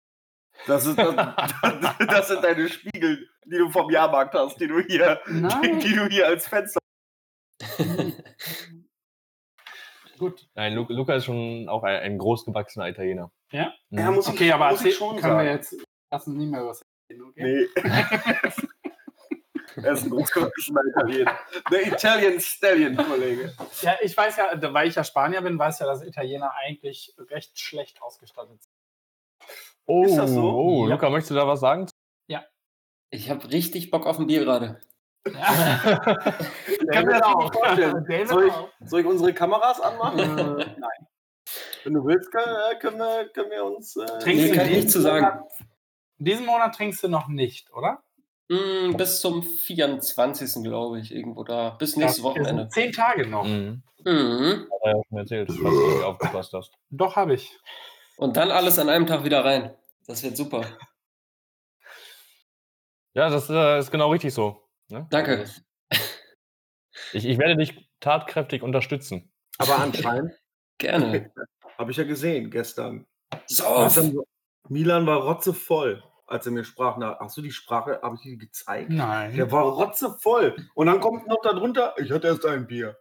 Das, ist, das, das sind deine Spiegel, die du vom Jahrmarkt hast, die du hier, die,
Nein.
die du hier als Fenster
Gut.
Nein, Lu Luca ist schon auch ein, ein großgewachsener Italiener.
Ja?
Mhm.
Ja, muss ich,
Okay, aber
muss
erzähl-
ich schon
können
sagen.
wir jetzt lass uns nicht mehr über das reden, okay?
Nee. er ist ein großgewachsener Italiener. Der Italian Stallion, Kollege.
Ja, ich weiß ja, da- weil ich ja Spanier bin, weiß ja, dass Italiener eigentlich recht schlecht ausgestattet sind.
Oh,
Ist das so?
oh
Ja.
Luca, möchtest du da was sagen?
Ich habe richtig Bock auf ein Bier gerade.
Ja,
Ich kann mir das
genau.
nicht vorstellen.
David
Soll ich-
auch.
Soll ich unsere Kameras
Äh,
anmachen?
nein.
Wenn du willst, kann, äh, können, wir, können wir uns. Äh,
Trinkst
Nee,
du
kann ich
diesen
nicht zu sagen.
Monat- Diesen Monat trinkst du noch nicht, oder?
Mm, bis zum 24. glaube ich, irgendwo da. Bis
Das
nächstes Wochenende.
sind Zehn Tage noch.
Mhm.
Mhm.
Hat er ja schon erzählt, dass du nicht aufgepasst hast.
Doch, habe ich.
Und dann alles an einem Tag wieder rein. Das wird super.
Ja, das äh, ist genau richtig so. Ne?
Danke.
Ich, ich werde dich tatkräftig unterstützen.
Aber anscheinend.
Gerne.
Habe ich ja gesehen gestern.
Oh.
also,
So.
Milan war rotzevoll, als er mir sprach. Na, hast du die Sprache? Habe ich die gezeigt?
Nein.
Der war rotzevoll. Und dann kommt noch darunter, ich hatte erst ein Bier.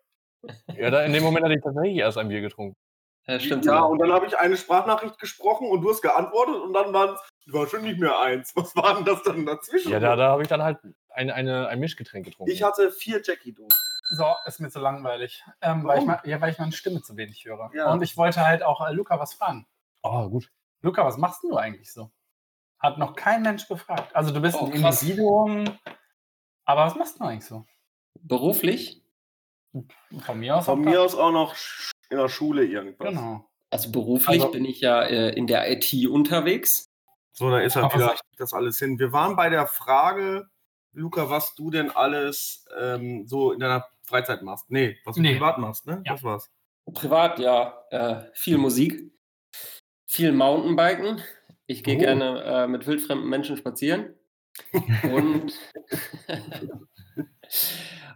Ja, da, in dem Moment hatte ich tatsächlich erst ein Bier getrunken.
Ja, stimmt.
Ja, und dann habe ich eine Sprachnachricht gesprochen und du hast geantwortet und dann waren es war schon nicht mehr eins. Was war denn das dann dazwischen?
Ja, da, da habe ich dann halt ein, eine, ein Mischgetränk getrunken.
Ich hatte vier Jackie-Dosen.
So, ist mir zu langweilig. Ähm, weil, ich
Warum?
Oh.
mal, ja, weil ich meine Stimme zu wenig höre.
Ja.
Und ich wollte halt auch äh, Luca was fragen.
oh, gut.
Luca, was machst denn du eigentlich so? Hat noch kein Mensch gefragt. Also du bist
Oh,
ein
krass.
Individuum, aber was machst du eigentlich so?
Beruflich?
Von mir aus?
Von
auch
mir aus auch noch sch- in der Schule irgendwas.
Genau.
Also beruflich
Also-
bin ich ja äh, in der IT unterwegs.
So, da ist
Aber
halt
was-
wieder das alles hin. Wir waren bei der Frage, Luca, was du denn alles ähm, so in deiner Freizeit machst. Nee, was du
Nee.
privat machst, ne?
Ja.
Das war's.
Privat, ja. Äh, viel Musik, viel Mountainbiken. Ich gehe
Oh.
gerne äh, mit wildfremden Menschen spazieren. Und,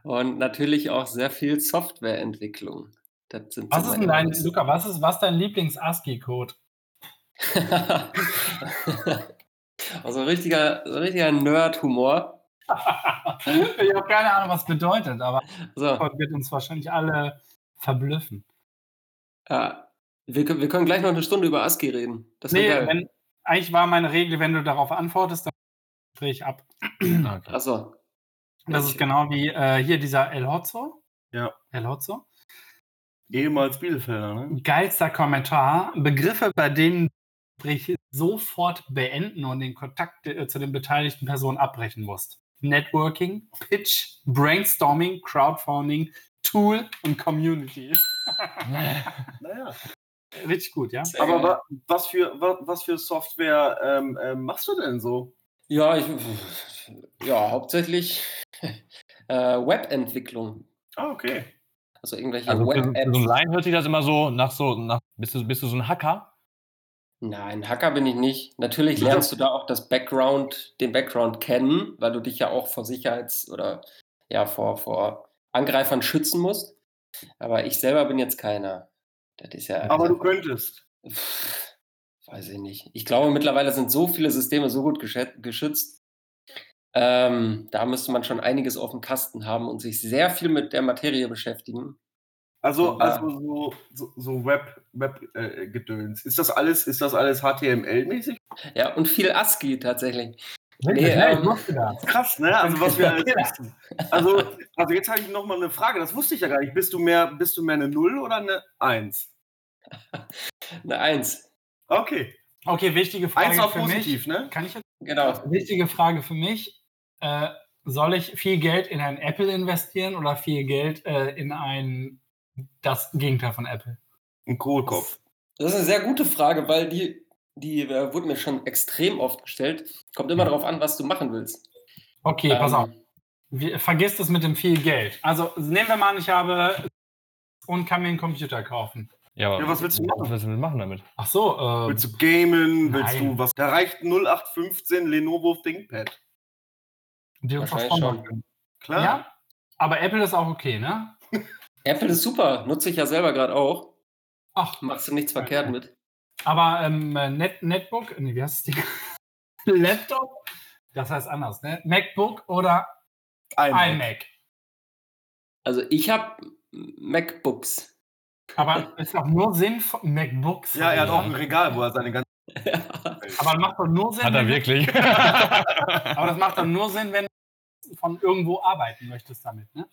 und natürlich auch sehr viel Softwareentwicklung. Das sind so
Was ist denn
meine
dein,
Hobbys.
Luca, was ist was dein Lieblings-ASCII-Code?
also ein richtiger, so ein richtiger Nerd-Humor.
ich habe keine Ahnung, was bedeutet, aber
So,
Gott wird uns wahrscheinlich alle verblüffen.
ja. Äh, wir, können- wir können gleich noch eine Stunde über ASCII reden. Das
Nee,
wäre geil.
wenn, eigentlich war meine Regel, wenn du darauf antwortest, dann drehe ich ab.
Okay.
Achso.
Das ist genau wie äh, hier dieser El Hotzo.
Ja.
El Hotzo.
Ehemals Bielefelder, ne?
Geilster Kommentar. Begriffe, bei denen sprich sofort beenden und den Kontakt äh, zu den beteiligten Personen abbrechen musst. Networking, Pitch, Brainstorming, Crowdfunding, Tool und Community.
Naja.
Richtig gut, ja?
Sehr
Aber
geil.
wa was, für, wa was für Software ähm, ähm, machst du denn so?
Ja, ich, ja hauptsächlich äh, Webentwicklung.
Ah, okay.
Also irgendwelche
Also für, für so ein
Web-Apps.
Laien hört sich das immer so nach so, nach, bist, du, bist du so ein Hacker?
Nein, Hacker bin ich nicht. Natürlich
Ja.
lernst du da auch das Background, den Background kennen, weil du dich ja auch vor Sicherheits- oder ja, vor, vor Angreifern schützen musst. Aber ich selber bin jetzt keiner. Das ist ja.
Aber du könntest.
Pff, Weiß ich nicht. Ich glaube, mittlerweile sind so viele Systeme so gut geschä- geschützt, Ähm, da müsste man schon einiges auf dem Kasten haben und sich sehr viel mit der Materie beschäftigen.
Also,
Ja.
also so, so, so Web, Web äh, Gedöns. Ist das alles, ist das alles HTML-mäßig?
Ja, und viel ASCII tatsächlich.
Wirklich?
Nee,
Ja,
ähm,
ich mochte das.
Krass, ne? Also was wir alles
Ja.
wissen. Also, also jetzt habe ich noch mal eine Frage. Das wusste ich ja gar nicht. Bist du mehr, bist du mehr eine Null oder eine Eins?
Eine Eins.
Okay.
Okay, wichtige Frage
Eins auf
für
positiv, ne?
mich. Kann ich jetzt?
Genau.
Wichtige Frage für mich. Äh, soll ich viel Geld in ein Apple investieren oder viel Geld äh, in ein das Gegenteil von Apple?
Ein Kohlkopf.
Das ist eine sehr gute Frage, weil die, die äh, wurde mir schon extrem oft gestellt. Kommt immer darauf an, was du machen willst.
Okay, pass
Ähm,
auf. Wir, vergiss das mit dem viel Geld. Also nehmen wir mal an, ich habe und kann mir einen Computer kaufen.
Ja, aber
Ja, was willst du machen?
Was willst du denn machen damit?
Ach so, ähm,
Willst du gamen? Willst
Nein.
du was? Da reicht ein 0815 Lenovo ThinkPad.
die uns auch
wahrscheinlich
sponsern
schon.
können.
Klar.
Ja, aber Apple ist auch okay, ne?
Apple ist super, nutze ich ja selber gerade auch.
Ach,
Machst du nichts verkehrt mit.
aber ähm, äh, Net Netbook, nee, wie heißt das Ding? Laptop? Das heißt anders, ne? MacBook oder
Ein Mac.
iMac.
Also ich habe MacBooks.
Aber ist doch nur Sinn von MacBooks. halt.
Ja, er hat auch ein Regal, wo er seine ganzen.
Aber macht doch nur Sinn,
Hat er
wenn-
wirklich?
aber das macht doch nur Sinn, wenn du von irgendwo arbeiten möchtest damit, ne?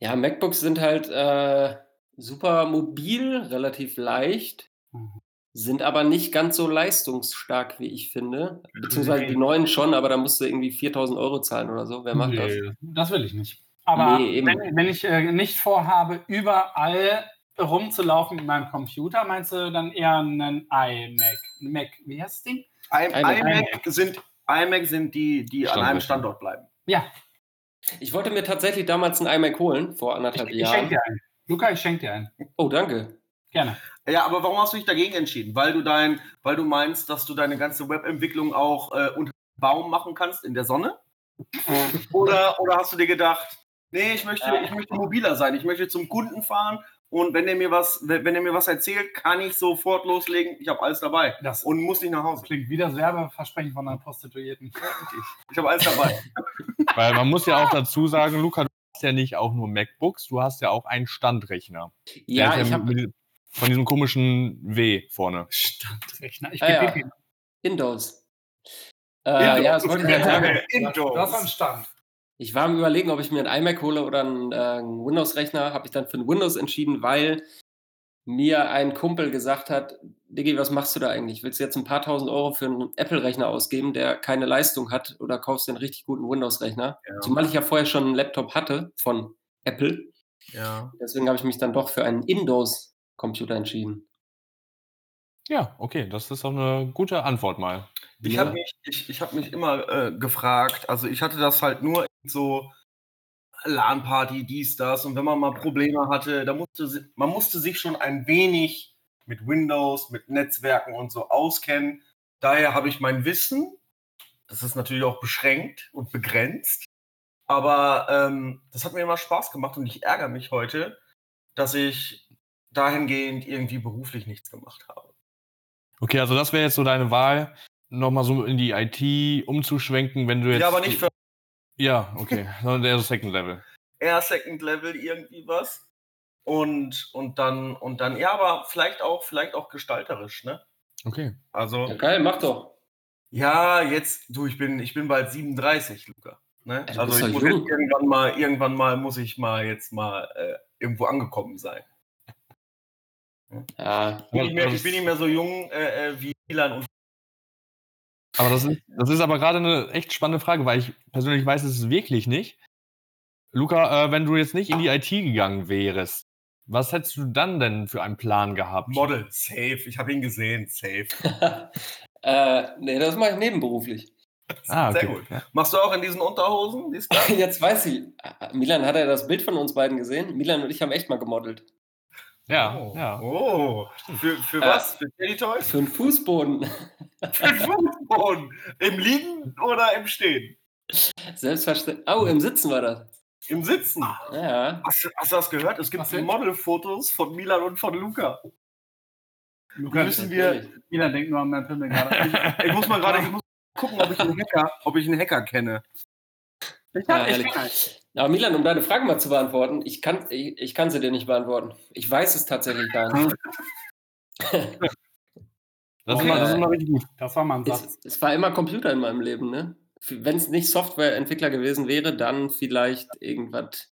ja, MacBooks sind halt äh, super mobil, relativ leicht,
Mhm.
sind aber nicht ganz so leistungsstark, wie ich finde. Beziehungsweise die neuen schon, aber da musst du irgendwie 4000 Euro zahlen oder so. Wer macht das?
Das will ich nicht. Aber
Nee, eben.
wenn, wenn ich äh, nicht vorhabe, überall rumzulaufen mit meinem Computer, meinst du dann eher einen iMac? Ein Mac, wie heißt das Ding?
I-
iMac.
iMac sind, iMac sind die, die an einem
Standorte.
Standort bleiben.
Ich wollte mir tatsächlich damals ein iMac holen, vor
Ich,
anderthalb
ich
Jahren.
schenke dir einen. Luca, ich schenke dir einen.
Oh, danke.
Gerne.
Ja, aber warum hast du dich dagegen entschieden? Weil du dein, weil du meinst, dass du deine ganze Webentwicklung auch äh, unter dem Baum machen kannst in der Sonne? oder, oder hast du dir gedacht, nee, ich möchte,
Ja.
ich möchte mobiler sein, ich möchte zum Kunden fahren und wenn der mir was, wenn wenn der mir was erzählt, kann ich sofort loslegen. Ich habe alles dabei
Das
und muss nicht nach Hause.
klingt wie das Werbeversprechen von einer Prostituierten.
Ich habe alles dabei.
Weil man muss ja auch dazu sagen, Luca, du hast ja nicht auch nur MacBooks, du hast ja auch einen Standrechner. Der
Ja,
ist
ich habe
mit diesem- Von diesem komischen W vorne.
Standrechner. Ich
Ah,
gebe
ja.
dir.
Windows. Äh, ja, das wollte ich ja sagen.
Du hast einen Stand.
Ich war am überlegen, ob ich mir einen iMac hole oder einen, äh, einen Windows-Rechner. Habe ich dann für einen Windows entschieden, weil mir ein Kumpel gesagt hat, Diggi, was machst du da eigentlich? Willst du jetzt ein paar tausend Euro für einen Apple-Rechner ausgeben, der keine Leistung hat oder kaufst dir einen richtig guten Windows-Rechner?
Ja.
Zumal ich ja vorher schon einen Laptop hatte von Apple.
Ja.
Deswegen habe ich mich dann doch für einen Windows-Computer entschieden.
Ja, okay, das ist auch eine gute Antwort mal.
Ich
Ja.
habe mich, ich, ich hab mich immer äh, gefragt, also ich hatte das halt nur so LAN-Party, dies, das und wenn man mal Probleme hatte, da musste si- man musste sich schon ein wenig mit Windows, mit Netzwerken und so auskennen. Daher habe ich mein Wissen, das ist natürlich auch beschränkt und begrenzt, aber ähm, das hat mir immer Spaß gemacht und ich ärgere mich heute, dass ich dahingehend irgendwie beruflich nichts gemacht habe.
Okay, also das wäre jetzt so deine Wahl, nochmal so in die IT umzuschwenken, wenn du jetzt.
Ja, aber nicht für
Ja, okay, sondern der Second Level.
eher Second Level irgendwie was. Und, und dann, und dann, ja, aber vielleicht auch, vielleicht auch gestalterisch, ne?
Okay.
Ja,
Also,
geil, mach doch.
ja, jetzt, du, ich bin, ich bin bald 37, Luca. Ne?
Ja, du
Also
bist
ich
doch
muss
jung.
jetzt irgendwann mal, irgendwann mal muss ich mal jetzt mal äh, irgendwo angekommen sein.
Ja,
Ich bin nicht mehr, ich bin nicht mehr so jung äh, äh, wie Milan und
Aber das ist, das ist aber gerade eine echt spannende Frage, weil ich persönlich weiß es wirklich nicht. Luca, äh, wenn du jetzt nicht in die IT gegangen wärest, was hättest du dann denn für einen Plan gehabt?
Model. Safe. Ich habe ihn gesehen. Safe.
äh, nee, das mache ich nebenberuflich.
Ah, okay.
Sehr gut. Machst du auch in diesen Unterhosen? Dies, das?
Jetzt weiß ich, äh, Milan, hat er das Bild von uns beiden gesehen? Milan und ich haben echt mal gemodelt.
Ja,
oh.
ja.
Oh. Für, für
Äh,
was? Für Teddy Toys?
Für den Fußboden.
Für Fußboden. Im Liegen oder im Stehen?
Selbstverständlich. Au, im Sitzen war das.
Im Sitzen.
Ja.
Hast, du- hast du das gehört? Es gibt
Was denn?
Modelfotos von Milan und von Luca.
Luca,
Müssen wir-
natürlich.
Jeder denkt nur an meinen Pimmel gerade.
Ich muss mal gerade, ich muss gucken, ob ich einen Hacker, ob ich einen Hacker kenne. Ich
Ja,
hab, ich
ehrlich.
kenn einen.
Aber Milan, um deine Frage mal zu beantworten, ich kann, ich, ich kann sie dir nicht beantworten. Ich weiß es tatsächlich gar nicht.
Das ist, immer, das ist immer richtig gut.
Das war mal ein Satz.
Es, es war immer Computer in meinem Leben, ne? Wenn es nicht Softwareentwickler gewesen wäre, dann vielleicht irgendwas.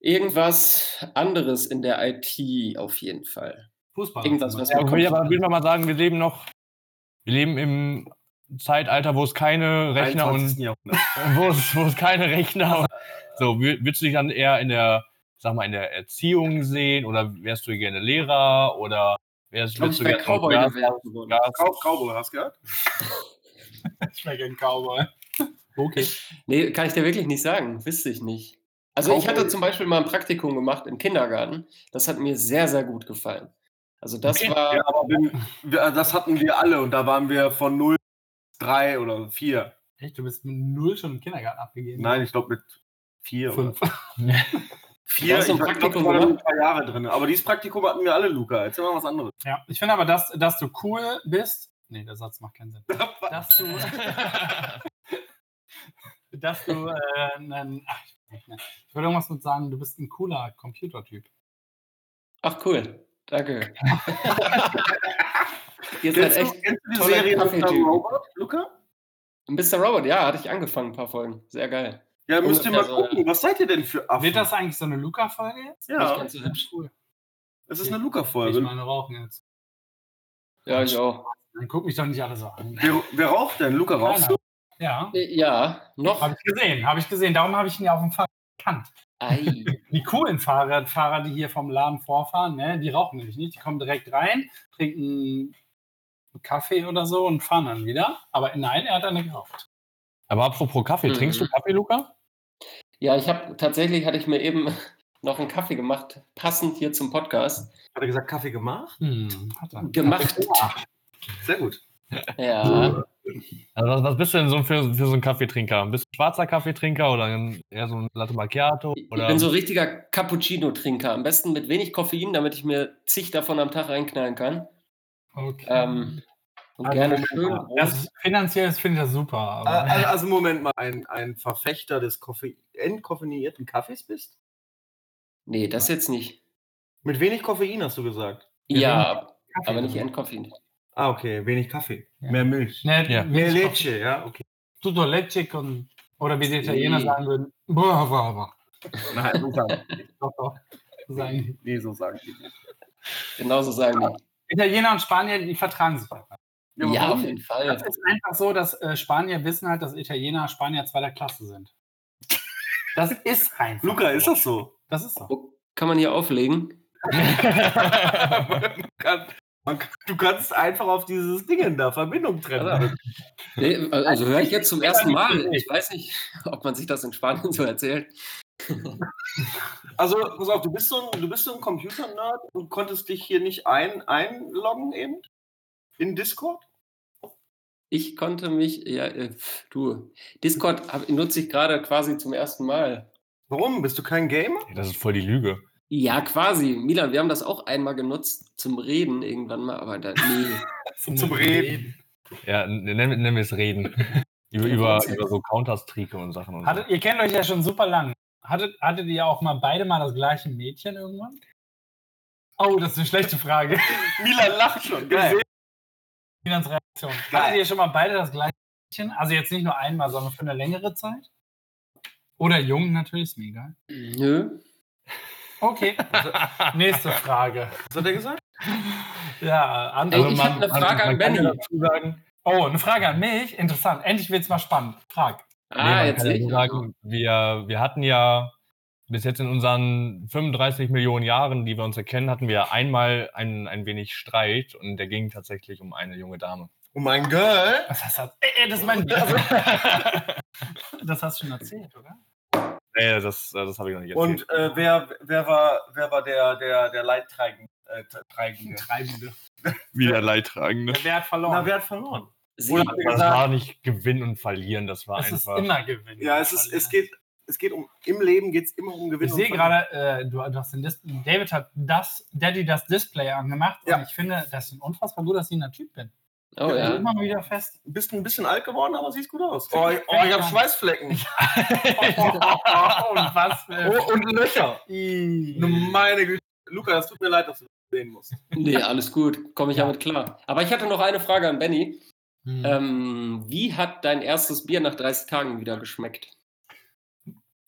Irgendwas anderes in der IT auf jeden Fall.
Fußball.
Irgendwas, was
Ja,
mit
aber ich aber
Computer-
würde mal sagen, wir leben noch, wir leben im Zeitalter, wo es keine Rechner
21.
und
Jahrhundert.
wo es, wo es keine Rechner und so, wür- würdest du dich dann eher in der, sag mal, in der Erziehung sehen oder wärst du gerne Lehrer oder wärst
Ich glaube,
würdest du
ich wäre
gerne
Cowboy
Gas-
gewesen worden.
Gas-
Cow- Cowboy, hast du gehört?
Ich wäre gern Cowboy. Okay.
Nee, kann ich dir wirklich nicht sagen. Wüsste ich nicht. Also ich hatte zum Beispiel mal ein Praktikum gemacht im Kindergarten. Das hat mir sehr, sehr gut gefallen. Also das
Okay,
war.
Ja, aber bin, wir, das hatten wir alle und da waren wir von 0, 3 oder 4.
Echt, du bist mit null schon im Kindergarten abgegeben.
Nein, ich glaube mit 4.
Fünf.
4,
Du hast
ich
so ein
glaub, ich
Praktikum
war da nur ein
gemacht?
paar Jahre drin. Aber dieses Praktikum hatten wir alle, Luca. Erzähl mal was anderes.
Ja. Ich finde aber, dass, dass du cool bist. Nee, der Satz macht keinen Sinn. Dass du, dass du äh, einen, ach, ich weiß nicht mehr. Ich wollte irgendwas mit sagen, du bist ein cooler Computertyp.
Ach cool. Danke. Ihr seid
Kennst du-
halt echt.
kennst du die
toller
Serie Mr.
Kaffeetyp.
Robot, Luca?
Mr. Robot, ja, hatte ich angefangen, ein paar Folgen. Sehr geil.
Ja, müsst ihr mal
Ungefähr so,
gucken. Was seid ihr denn für Affen?
Wird das eigentlich so eine Luca-Folge jetzt?
Nicht
ja,
ganz so hübsch.
Cool.
es ist eine
Ich
Luca-Folge.
meine, rauchen jetzt.
Ja, ich auch.
Dann guck mich doch nicht alle so an.
Wer, wer raucht denn? Luca, rauchst du?
Ja,
Ja, noch.
habe ich gesehen, habe ich gesehen. Darum habe ich ihn ja auf dem Fahrrad erkannt.
Ei.
Die coolen Fahrradfahrer, die hier vom Laden vorfahren, ne, die rauchen nämlich nicht. Die kommen direkt rein, trinken einen Kaffee oder so und fahren dann wieder. Aber nein, er hat dann nicht geraucht.
Aber apropos Kaffee,
Mhm.
trinkst du Kaffee, Luca?
Ja, ich habe tatsächlich hatte ich mir eben noch einen Kaffee gemacht, passend hier zum Podcast.
Hat er gesagt, Kaffee gemacht?
Hm, hat er.
Gemacht.
Sehr gut.
Ja.
Also was, was bist du denn so für, für so ein Kaffeetrinker? Bist du ein schwarzer Kaffeetrinker oder ein- eher so ein Latte Macchiato?
Ich
Oder
bin so richtiger Cappuccino-Trinker. Am besten mit wenig Koffein, damit ich mir zig davon am Tag reinknallen kann.
Okay.
Ähm, und
Also,
gerne schön. groß.
das, finanziell finde ich das super. Aber
Also, also Moment mal, ein, ein Verfechter des Koffe entkoffinierten Kaffees bist?
Nee, das jetzt nicht.
Mit wenig Koffein hast du gesagt.
Ja,
Ja,
Kaffee
aber nicht
drin.
entkoffein.
Ah, okay, wenig Kaffee.
Ja.
Mehr Milch.
Ne,
Ja.
Mehr
Milch-
Leche, ja, okay.
Tutto Legic und oder wie die Italiener
Nee.
sagen würden, boah, boah, boah.
Nein, so sagen die nicht.
Doch, doch. Sagen die.
Nee, so sagen die. nicht.
Genauso sagen die.
Italiener und Spanier, die vertragen sich einfach.
Ja,
aber warum
auf jeden
Das
Fall.
ist einfach so, dass äh, Spanier wissen halt, dass Italiener Spanier zweiter Klasse sind. Das ist einfach.
Luca,
so.
ist das so?
Das ist so.
Wo kann man hier auflegen?
Man kann, man kann, du kannst einfach auf dieses Ding da Verbindung trennen.
Nee, also höre ich jetzt zum ersten Mal. Ich weiß nicht, ob man sich das in Spanien so erzählt.
Also, pass auf, du bist so ein, du bist so ein Computer-Nerd und konntest dich hier nicht ein, einloggen eben? In Discord?
Ich konnte mich, ja, äh, pf, du, Discord hab, nutze ich gerade quasi zum ersten Mal.
Warum? Bist du kein Gamer?
das ist voll die Lüge.
Ja, quasi. Milan, wir haben das auch einmal genutzt zum Reden irgendwann mal, aber da, nee.
Zum Um Reden.
Ja, n- nennen nenn wir es Reden. Über, über, über so Counter-Strike und Sachen. Und so.
Hattet, ihr kennt euch ja schon super lang. Hattet, hattet ihr auch mal beide mal das gleiche Mädchen irgendwann? Oh, das ist eine schlechte Frage.
Milan lacht schon. Geil.
Milans Reaktion.
Geil.
Hattet ihr schon mal beide das gleiche Mädchen? Also jetzt nicht nur einmal, sondern für eine längere Zeit? Oder jung natürlich, ist mir egal.
Nö.
Okay. also Nächste Frage.
Was hat er gesagt?
Ja, andere.
Ey, ich hab eine Frage an
kann ja
Benny.
dazu sagen,
Oh, eine Frage an mich. Interessant. Endlich wird's mal spannend. Frag.
Ah,
nee, man kann
jetzt
ja
sehe ich.
nur sagen, wir, wir hatten ja bis jetzt in unseren 35 Millionen Jahren, die wir uns erkennen, hatten wir einmal ein, ein wenig Streit und der ging tatsächlich um eine junge Dame.
Oh mein Girl.
Was hast du? Ey, ey, das ist mein Das hast du schon erzählt, oder?
Nee, das, äh, das habe ich noch nicht erzählt.
Und äh, wer, wer, war, wer war der, der, der Leidtragende? Äh, Treibende?
Treibende.
wieder leidtragende.
Wer hat verloren?
Na, wer hat verloren?
Sie,
Oder- wie
Das
gesagt-
war nicht Gewinnen und Verlieren, das war
es ist
einfach.
immer Gewinn.
Ja, es, ist, es, geht, es geht um, im Leben geht es immer um Gewinn.
Ich sehe
und
gerade, äh, du, du hast den Dis David hat das, Daddy das Display angemacht
Ja.
und ich finde, das ist ein unfassbar gut, dass ich ein Typ bin.
Oh
ja.
ja.
immer mal wieder fest.
Bist ein bisschen alt geworden, aber siehst gut aus.
Oh, ich- oh, ich hab
Schweißflecken.
und Oh, was? Für
Oh, und Löcher.
Ih.
Meine Güte. Luca, das tut mir leid, dass du das sehen musst.
Nee, alles gut. Komme ich
Ja.
damit klar. Aber ich hatte noch eine Frage an Benny.
Hm.
Mhm.
Ähm, wie hat dein erstes Bier nach 30 Tagen wieder geschmeckt?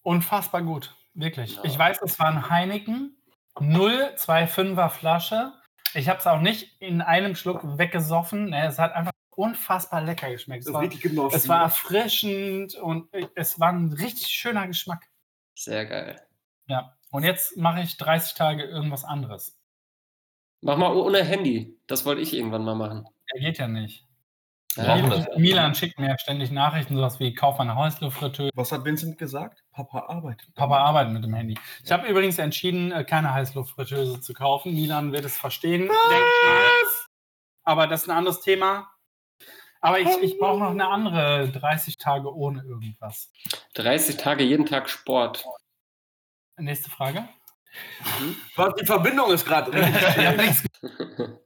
Unfassbar gut, wirklich.
Ja.
Ich weiß, es war ein Heineken, 0,25er Flasche. Ich habe es auch nicht in einem Schluck weggesoffen. Ne, Es hat einfach unfassbar lecker geschmeckt. Es war,
genossen.
es war erfrischend und äh, es war ein richtig schöner Geschmack.
Sehr geil.
Und jetzt mache ich 30 Tage irgendwas anderes.
Mach mal ohne Handy. Das wollte ich irgendwann mal machen.
Ja, geht ja nicht.
Ja, Brauchen wir
Milan,
das.
Milan schickt mir ja ständig Nachrichten, sowas wie Kauf eine Häuslefritte,
Was hat Vincent gesagt? Papa arbeitet.
Papa arbeitet mit dem Handy. Ich habe übrigens entschieden, äh, keine Heißluftfritteuse zu kaufen. Milan wird es verstehen. denk ich mal. Aber das ist ein anderes Thema. Aber ich, ich brauche noch eine andere 30 Tage ohne irgendwas.
30 Tage jeden Tag Sport.
Nächste Frage.
Was, die Verbindung ist gerade.
Ich hab nichts ge-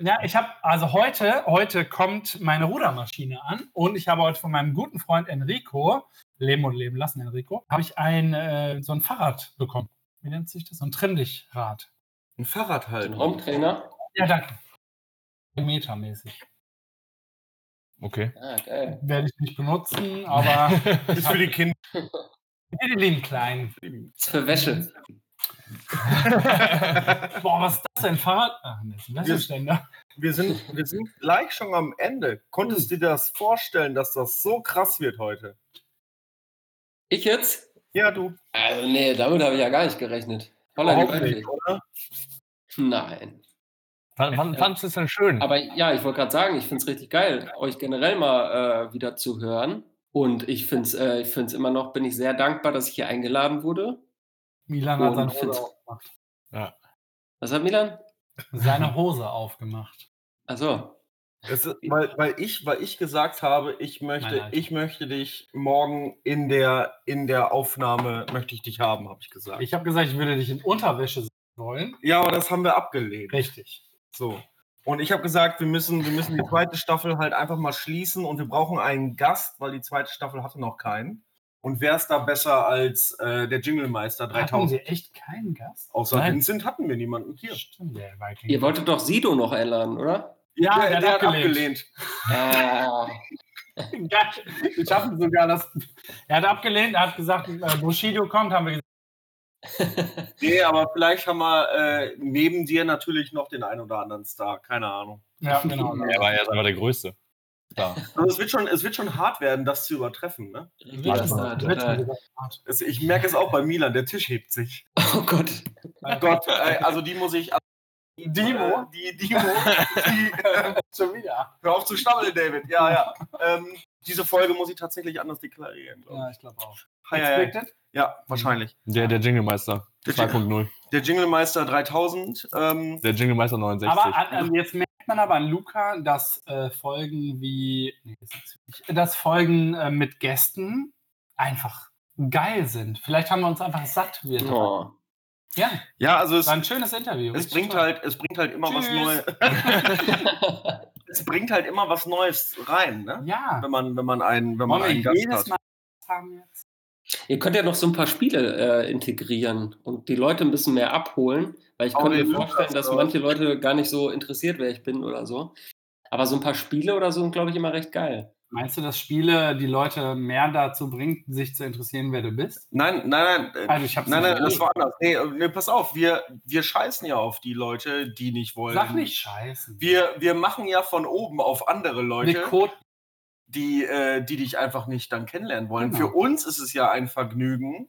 Ja, ich habe, also heute, heute kommt meine Rudermaschine an und ich habe heute von meinem guten Freund Enrico, Leben und Leben lassen, Enrico, habe ich ein, äh, so ein Fahrrad bekommen. Wie nennt sich das? So ein Trimmdichrad.
Ein Fahrrad
Ein
halten.
Hometrainer.
Ja, danke. Metermäßig.
Okay.
Ah, geil.
Werde ich nicht benutzen, aber
Ist für die Kinder.
die lieben Kleinen.
Ist für Wäsche.
Boah, was ist das denn? Fahrrad? Ach, das ist ein Wäscheständer.
Wir sind, wir sind gleich schon am Ende.
Hm.
Konntest du dir das vorstellen, dass das so krass wird heute?
Ich jetzt?
Ja, du.
Also, nee, damit habe ich ja gar nicht gerechnet. Holla,
Überhaupt
die Waldfee.
nicht, oder?
Nein.
Fand, fand, fandst du es denn schön?
Aber ja, ich wollte gerade sagen, ich finde es richtig geil, euch generell mal äh, wieder zu hören. Und ich finde es äh, ich find's immer noch, bin ich sehr dankbar, dass ich hier eingeladen wurde.
Milan hat seine
Und find's-
Hose aufgemacht.
Was hat Milan?
Seine Hose aufgemacht.
Achso,
Es ist, weil, weil, ich, weil ich gesagt habe, ich
Nein,
möchte,
nein.
ich möchte dich morgen in der, in der Aufnahme, möchte ich dich haben, habe ich gesagt.
Ich habe gesagt, ich würde dich in Unterwäsche sehen wollen.
ja, aber das haben wir abgelehnt.
Richtig.
So. Und ich habe gesagt, wir müssen, wir müssen die zweite Staffel halt einfach mal schließen und wir brauchen einen Gast, weil die zweite Staffel hatte noch keinen. Und wer ist da besser als äh, der Jinglemeister
Hatten
3000?
sie echt keinen Gast?
Außer
Nein.
Vincent hatten wir niemanden hier.
Stimmt, der Viking.
ihr wolltet doch Sido noch einladen, oder?
Ja, der, hat abgelehnt.
abgelehnt.
Ah,
Geil. Ich habe sogar das. Er hat abgelehnt, er hat gesagt, äh, Bushido kommt, haben wir gesagt.
Nee, aber vielleicht haben wir äh, neben dir natürlich noch den einen oder anderen Star. Keine Ahnung.
Ja, genau.
er war er ist einfach der Größte. Klar.
Also es, wird schon, es wird schon hart werden, das zu übertreffen. Ne?
richtig
Warte
das
mal,
war
Wird schon
total.
wieder hart.
Es, ich merke es auch bei Milan, der Tisch hebt sich.
Oh Gott.
Gott, äh, also die muss ich. Äh,
Demo?
Die Demo. Die, äh,
Schon wieder.
Hör auf zu stammeln, David. Ja, ja. Ähm, diese Folge muss ich tatsächlich anders deklarieren. glaub
Ja, ich glaube auch.
ich. Ja, ja, ja. ja, wahrscheinlich.
Der, der Jinglemeister
Der
2.0.
Der Jinglemeister 3000. Ähm,
Der Jinglemeister 69.
Aber an, an, jetzt merkt man aber an Luca, dass äh, Folgen wie, nee, das ist nicht, dass Folgen äh, mit Gästen einfach geil sind. Vielleicht haben wir uns einfach satt wird.
Oh.
Ja,
ja, also es,
war ein schönes Interview.
es
Richtig
bringt
toll.
halt, es bringt halt immer was
Tschüss.
Neues. es bringt halt immer was Neues rein, ne?
Ja.
Wenn man, wenn man einen, wenn man einen
Wollen
Gast
wir jedes
hat.
Mal Gast haben jetzt?
Ihr könnt ja noch so ein paar Spiele äh, integrieren und die Leute ein bisschen mehr abholen, weil ich
Hau
könnte
den
mir
Lukas
vorstellen, dass
raus.
manche Leute gar nicht so interessiert, wer ich bin oder so. Aber so ein paar Spiele oder so sind, glaube ich, immer recht geil.
Meinst du, dass Spiele die Leute mehr dazu bringt, sich zu interessieren, wer du bist?
Nein, nein, nein. äh,
Also ich hab's
Nein,
nicht
nein, das
gelesen.
war anders. Nee, äh, nee, pass auf, wir, wir scheißen ja auf die Leute, die nicht wollen.
Sag nicht scheiße.
Wir, wir machen ja von oben auf andere Leute.
Wir koten
die, äh, die dich einfach nicht dann kennenlernen wollen.
Genau.
Für uns ist es ja ein Vergnügen,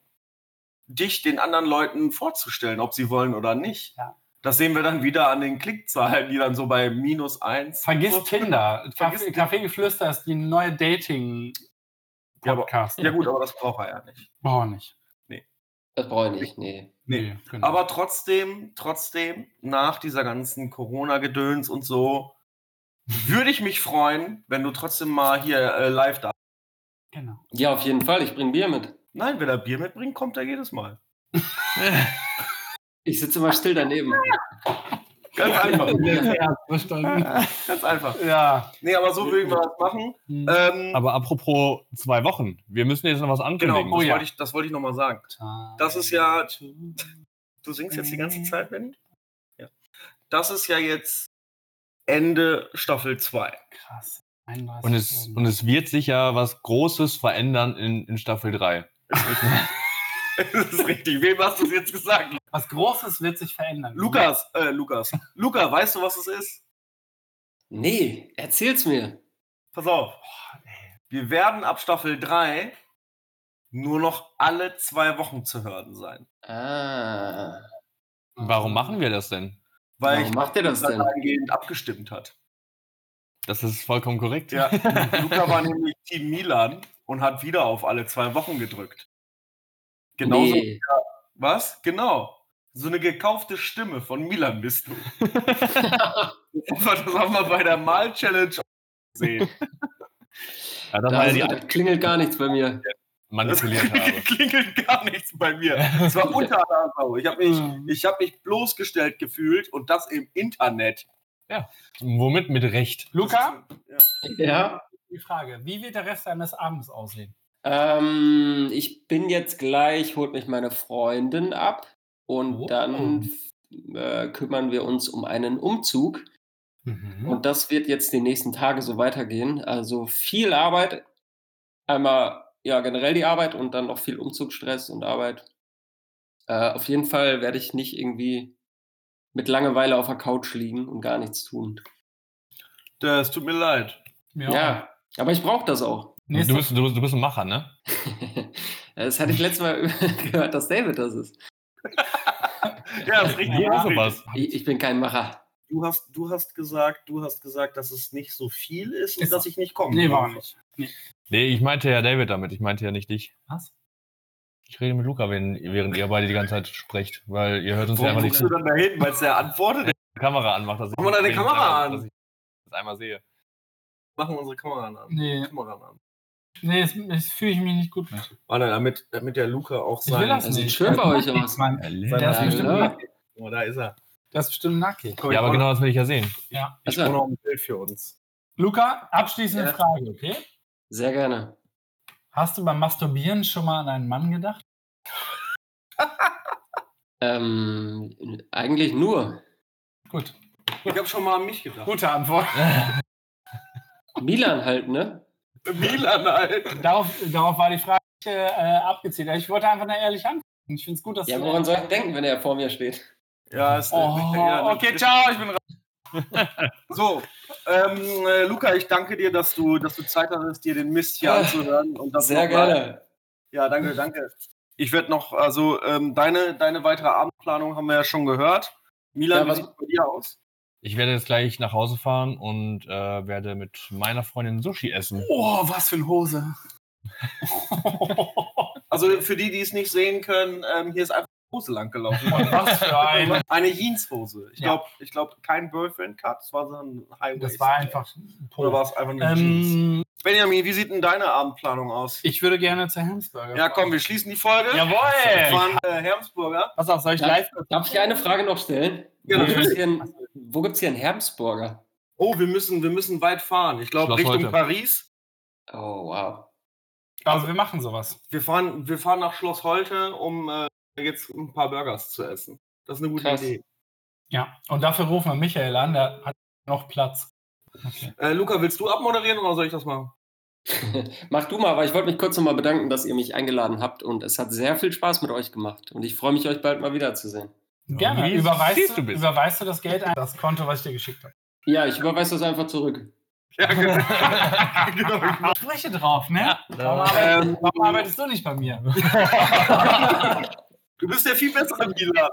dich den anderen Leuten vorzustellen, ob sie wollen oder nicht.
Ja.
Das sehen wir dann wieder an den Klickzahlen, die dann so bei minus eins.
Vergiss
so.
Tinder.
Vergiss-
Kaffee- Kaffeegeflüster ist die neue
Ja, aber-
Dating-Podcast.
Ja gut, aber das braucht er ja nicht.
Brauche nicht.
Das Äh, brauche ich nicht, nee.
Nee.
genau.
Aber trotzdem, trotzdem, nach dieser ganzen Corona-Gedöns und so, würde ich mich freuen, wenn du trotzdem mal hier äh, live da.
genau.
Ja, auf jeden Fall, ich bringe Bier mit.
Nein, wenn er Bier mitbringt, kommt er jedes Mal.
Ich sitze immer still daneben.
Ganz einfach.
Ja, verstanden.
Ganz einfach.
Ja.
Nee, aber so würden wir das machen.
Hm.
Ähm,
Aber apropos zwei Wochen, wir müssen jetzt noch was
genau,
ankündigen.
das,
Oh ja.
wollte ich, das wollte ich nochmal sagen. das ist ja- Du singst jetzt die
Äh.
ganze Zeit, Benny? Ja. Das ist ja jetzt Ende Staffel 2.
Krass. 31
Und es,
Folgen.
und es wird sich ja was Großes verändern in, in Staffel 3.
das ist richtig. Wem hast du es jetzt gesagt?
Was Großes wird sich verändern.
Lukas, äh, Lukas. Luca, weißt du, was es ist?
Nee, erzähl's mir.
Pass auf. Oh, Wir werden ab Staffel 3 nur noch alle zwei Wochen zu hören sein.
Ah.
Mhm.
Warum machen wir das denn?
Weil
Warum
ich
macht ihr das denn?
dahingehend abgestimmt hat.
Das ist vollkommen korrekt.
Ja, Luca war nämlich Team Milan und hat wieder auf alle zwei Wochen gedrückt. Genauso.
Nee.
Was? Genau. So eine gekaufte Stimme von Milan bist du. das haben wir bei der Mal-Challenge gesehen.
Ja, das
Da,
war ja
also,
die
da klingelt gar nichts bei mir.
manipuliert habe.
klingelt gar nichts bei mir. Es war unter der Sau. Ich habe mich,
Mhm.
ich hab mich bloßgestellt gefühlt und das im Internet.
Womit mit Recht?
Luca,
Ja.
die Frage: Wie wird der Rest eines Abends aussehen?
Ähm, ich bin jetzt gleich, holt mich meine Freundin ab und
Oh.
dann äh, kümmern wir uns um einen Umzug. Und das wird jetzt die nächsten Tage so weitergehen. Also viel Arbeit. Einmal ja generell die Arbeit und dann noch viel Umzugsstress und Arbeit. Äh, auf jeden Fall werde ich nicht irgendwie mit Langeweile auf der Couch liegen und gar nichts tun.
Das tut mir leid.
Ja, aber ich brauche das auch.
Du
Nächste
bist, du, du bist ein Macher, ne?
das hatte ich letztes Mal gehört, dass David das ist.
Ja, das ist richtig.
Ja, sowas.
Ich, ich bin kein Macher.
Du hast, du hast gesagt, du hast gesagt, dass es nicht so viel ist und
Ist-
dass ich nicht komme.
Nee, war nicht.
Nee, ich meinte ja David damit, ich meinte ja nicht dich.
Was?
Ich rede mit Luca, wenn, während ihr beide die ganze Zeit sprecht, weil ihr hört uns ja
Warum
einfach
guckst
nicht
du dann da hin, weil es der antwortet?
die Kamera anmacht. Dass ich
Mach mal deine
dass ich-
Kamera an. Oh,
Dass ich das einmal sehe.
Machen wir unsere Kamera an.
Nee,
Kamera an.
nee das, das fühle ich mich nicht gut mit.
Warte, Ah, damit, damit der Luca auch
Ich will
sein.
das
Das sieht
nicht.
schön bei euch aus.
Mann,
sein
Der ist
Ja,
bestimmt
ne?
nackig.
oh, da ist er.
Der ist bestimmt nackig.
Komm,
Ja,
ich
aber
brauch-
genau das will ich ja sehen.
Ja.
Ich
Also,
brauche noch ein Bild für uns.
Luca, abschließende
Ja.
Frage, okay?
sehr gerne.
Hast du beim Masturbieren schon mal an einen Mann gedacht?
Ähm, eigentlich nur.
Gut.
Ich habe schon mal an mich gedacht.
Gute Antwort.
Milan halt, ne?
Milan, Alter.
darauf, darauf war die Frage äh, abgezielt. Ich wollte einfach eine ehrliche Antwort. Ich finde es gut, dass
Ja,
du-
woran soll ich denken, wenn er vor mir steht?
Ja, ist
Oh,
ja,
okay, ciao, ich bin raus.
So, ähm, äh, Luca, ich danke dir, dass du, dass du Zeit hattest, dir den Mist hier
Ah,
anzuhören. Und das
Sehr
nochmal-
gerne.
Ja, danke, danke. Ich werde noch, also ähm, deine, deine weitere Abendplanung haben wir ja schon gehört.
Ja,
Milan,
was-
was sieht bei dir aus?
Ich werde jetzt gleich nach Hause fahren und äh, werde mit meiner Freundin Sushi essen.
Oh, was für eine Hose.
Also für die, die es nicht sehen können, ähm, hier ist einfach eine Hose lang gelaufen.
was für ein.
Eine Jeanshose. Ich
Ja.
glaube, ich glaub, kein Boyfriend Cut, es war so ein Highway.
Das war einfach.
Oder war es einfach nur Jeans?
ähm,
Benjamin, wie sieht denn deine Abendplanung aus?
ich würde gerne zu Helmsburger.
Ja, komm, wir schließen die Folge. Wir
Jawohl!
fahren äh, Hermsburger.
Pass auf, soll ich
Ja.
live?
Darf ich eine Frage noch stellen?
Ja,
wo gibt es
natürlich.
hier, einen- wo gibt's hier einen Hermsburger?
Oh, wir müssen, wir müssen weit fahren. Ich glaube,
Schloss
Richtung
Holte.
Paris.
Oh, wow.
Also, wir machen sowas.
Wir fahren, wir fahren nach Schloss Holte, um äh, jetzt ein paar Burgers zu essen. Das ist eine gute
Krass.
Idee.
Ja, und dafür rufen wir Michael an, der hat noch Platz. Okay.
Äh, Luca, willst du abmoderieren oder soll ich das machen?
Mach du mal, aber ich wollte mich kurz nochmal bedanken, dass ihr mich eingeladen habt und es hat sehr viel Spaß mit euch gemacht und ich freue mich, euch bald mal wiederzusehen.
Gerne.
Wie süß
Überweist du,
du bist.
überweist du das Geld an das Konto, was ich dir geschickt habe?
Ja, ich überweise das einfach zurück.
Ja, genau.
Ich spreche drauf, ne? Warum, arbeitest,
ähm,
warum arbeitest du nicht bei mir?
du bist der viel bessere Mila.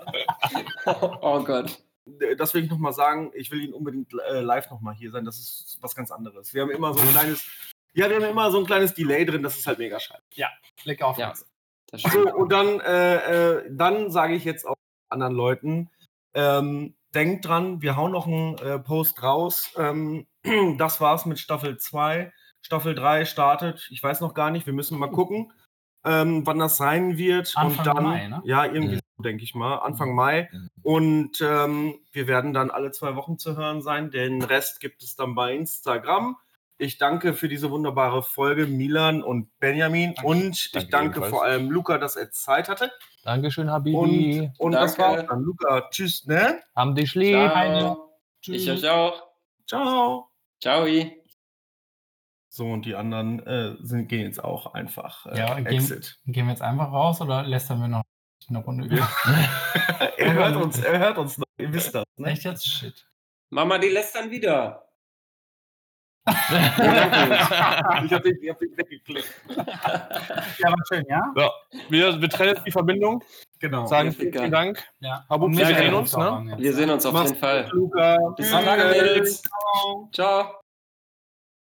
Oh Gott.
Äh, das will ich nochmal sagen, ich will ihn unbedingt äh, live nochmal hier sein. Das ist was ganz anderes. Wir haben immer so ein kleines, ja, wir haben immer so ein kleines Delay drin, das ist halt mega scheiße.
Blick auf
Ja,
uns.
das
So,
stimmt.
Also, und dann, äh, äh, dann sage ich jetzt auch anderen Leuten, ähm, denkt dran, wir hauen noch einen äh, Post raus. Ähm, das war's mit Staffel 2. Staffel 3 startet, ich weiß noch gar nicht, wir müssen mal gucken, ähm, wann das sein wird.
Anfang
und dann,
Mai, ne?
ja, irgendwie denke ich mal, Anfang Mai. Und ähm, wir werden dann alle zwei Wochen zu hören sein. Den Rest gibt es dann bei Instagram. Ich danke für diese wunderbare Folge, Milan und Benjamin. Und ich
Danke
danke
ebenfalls.
vor allem Luca, dass er Zeit hatte.
Dankeschön,
Und,
Habibi.
und das
Danke.
war's dann. Luca, tschüss, ne?
Haben dich lieb.
Ciao. Ich euch auch.
Ciao.
Ciao.
So, und die anderen äh, sind, gehen jetzt auch einfach äh,
Ja, gehen-
Exit.
Gehen wir jetzt einfach raus oder lästern wir noch eine Runde über?
er, hört uns, er hört uns noch, ihr wisst das. Ne?
Echt jetzt? Shit.
Mama, die lässt dann wieder.
Ich habe den, ich hab den weggeklickt.
Ja, war schön, ja?
Wir, wir trennen jetzt die Verbindung.
Genau.
Sagen
Ficker.
vielen, vielen Dank.
Ja.
Habu, wir
Danke.
sehen uns. Ne?
Wir sehen uns auf
Mach's
jeden Fall.
Luca.
Bis dann, Mädels. Ciao.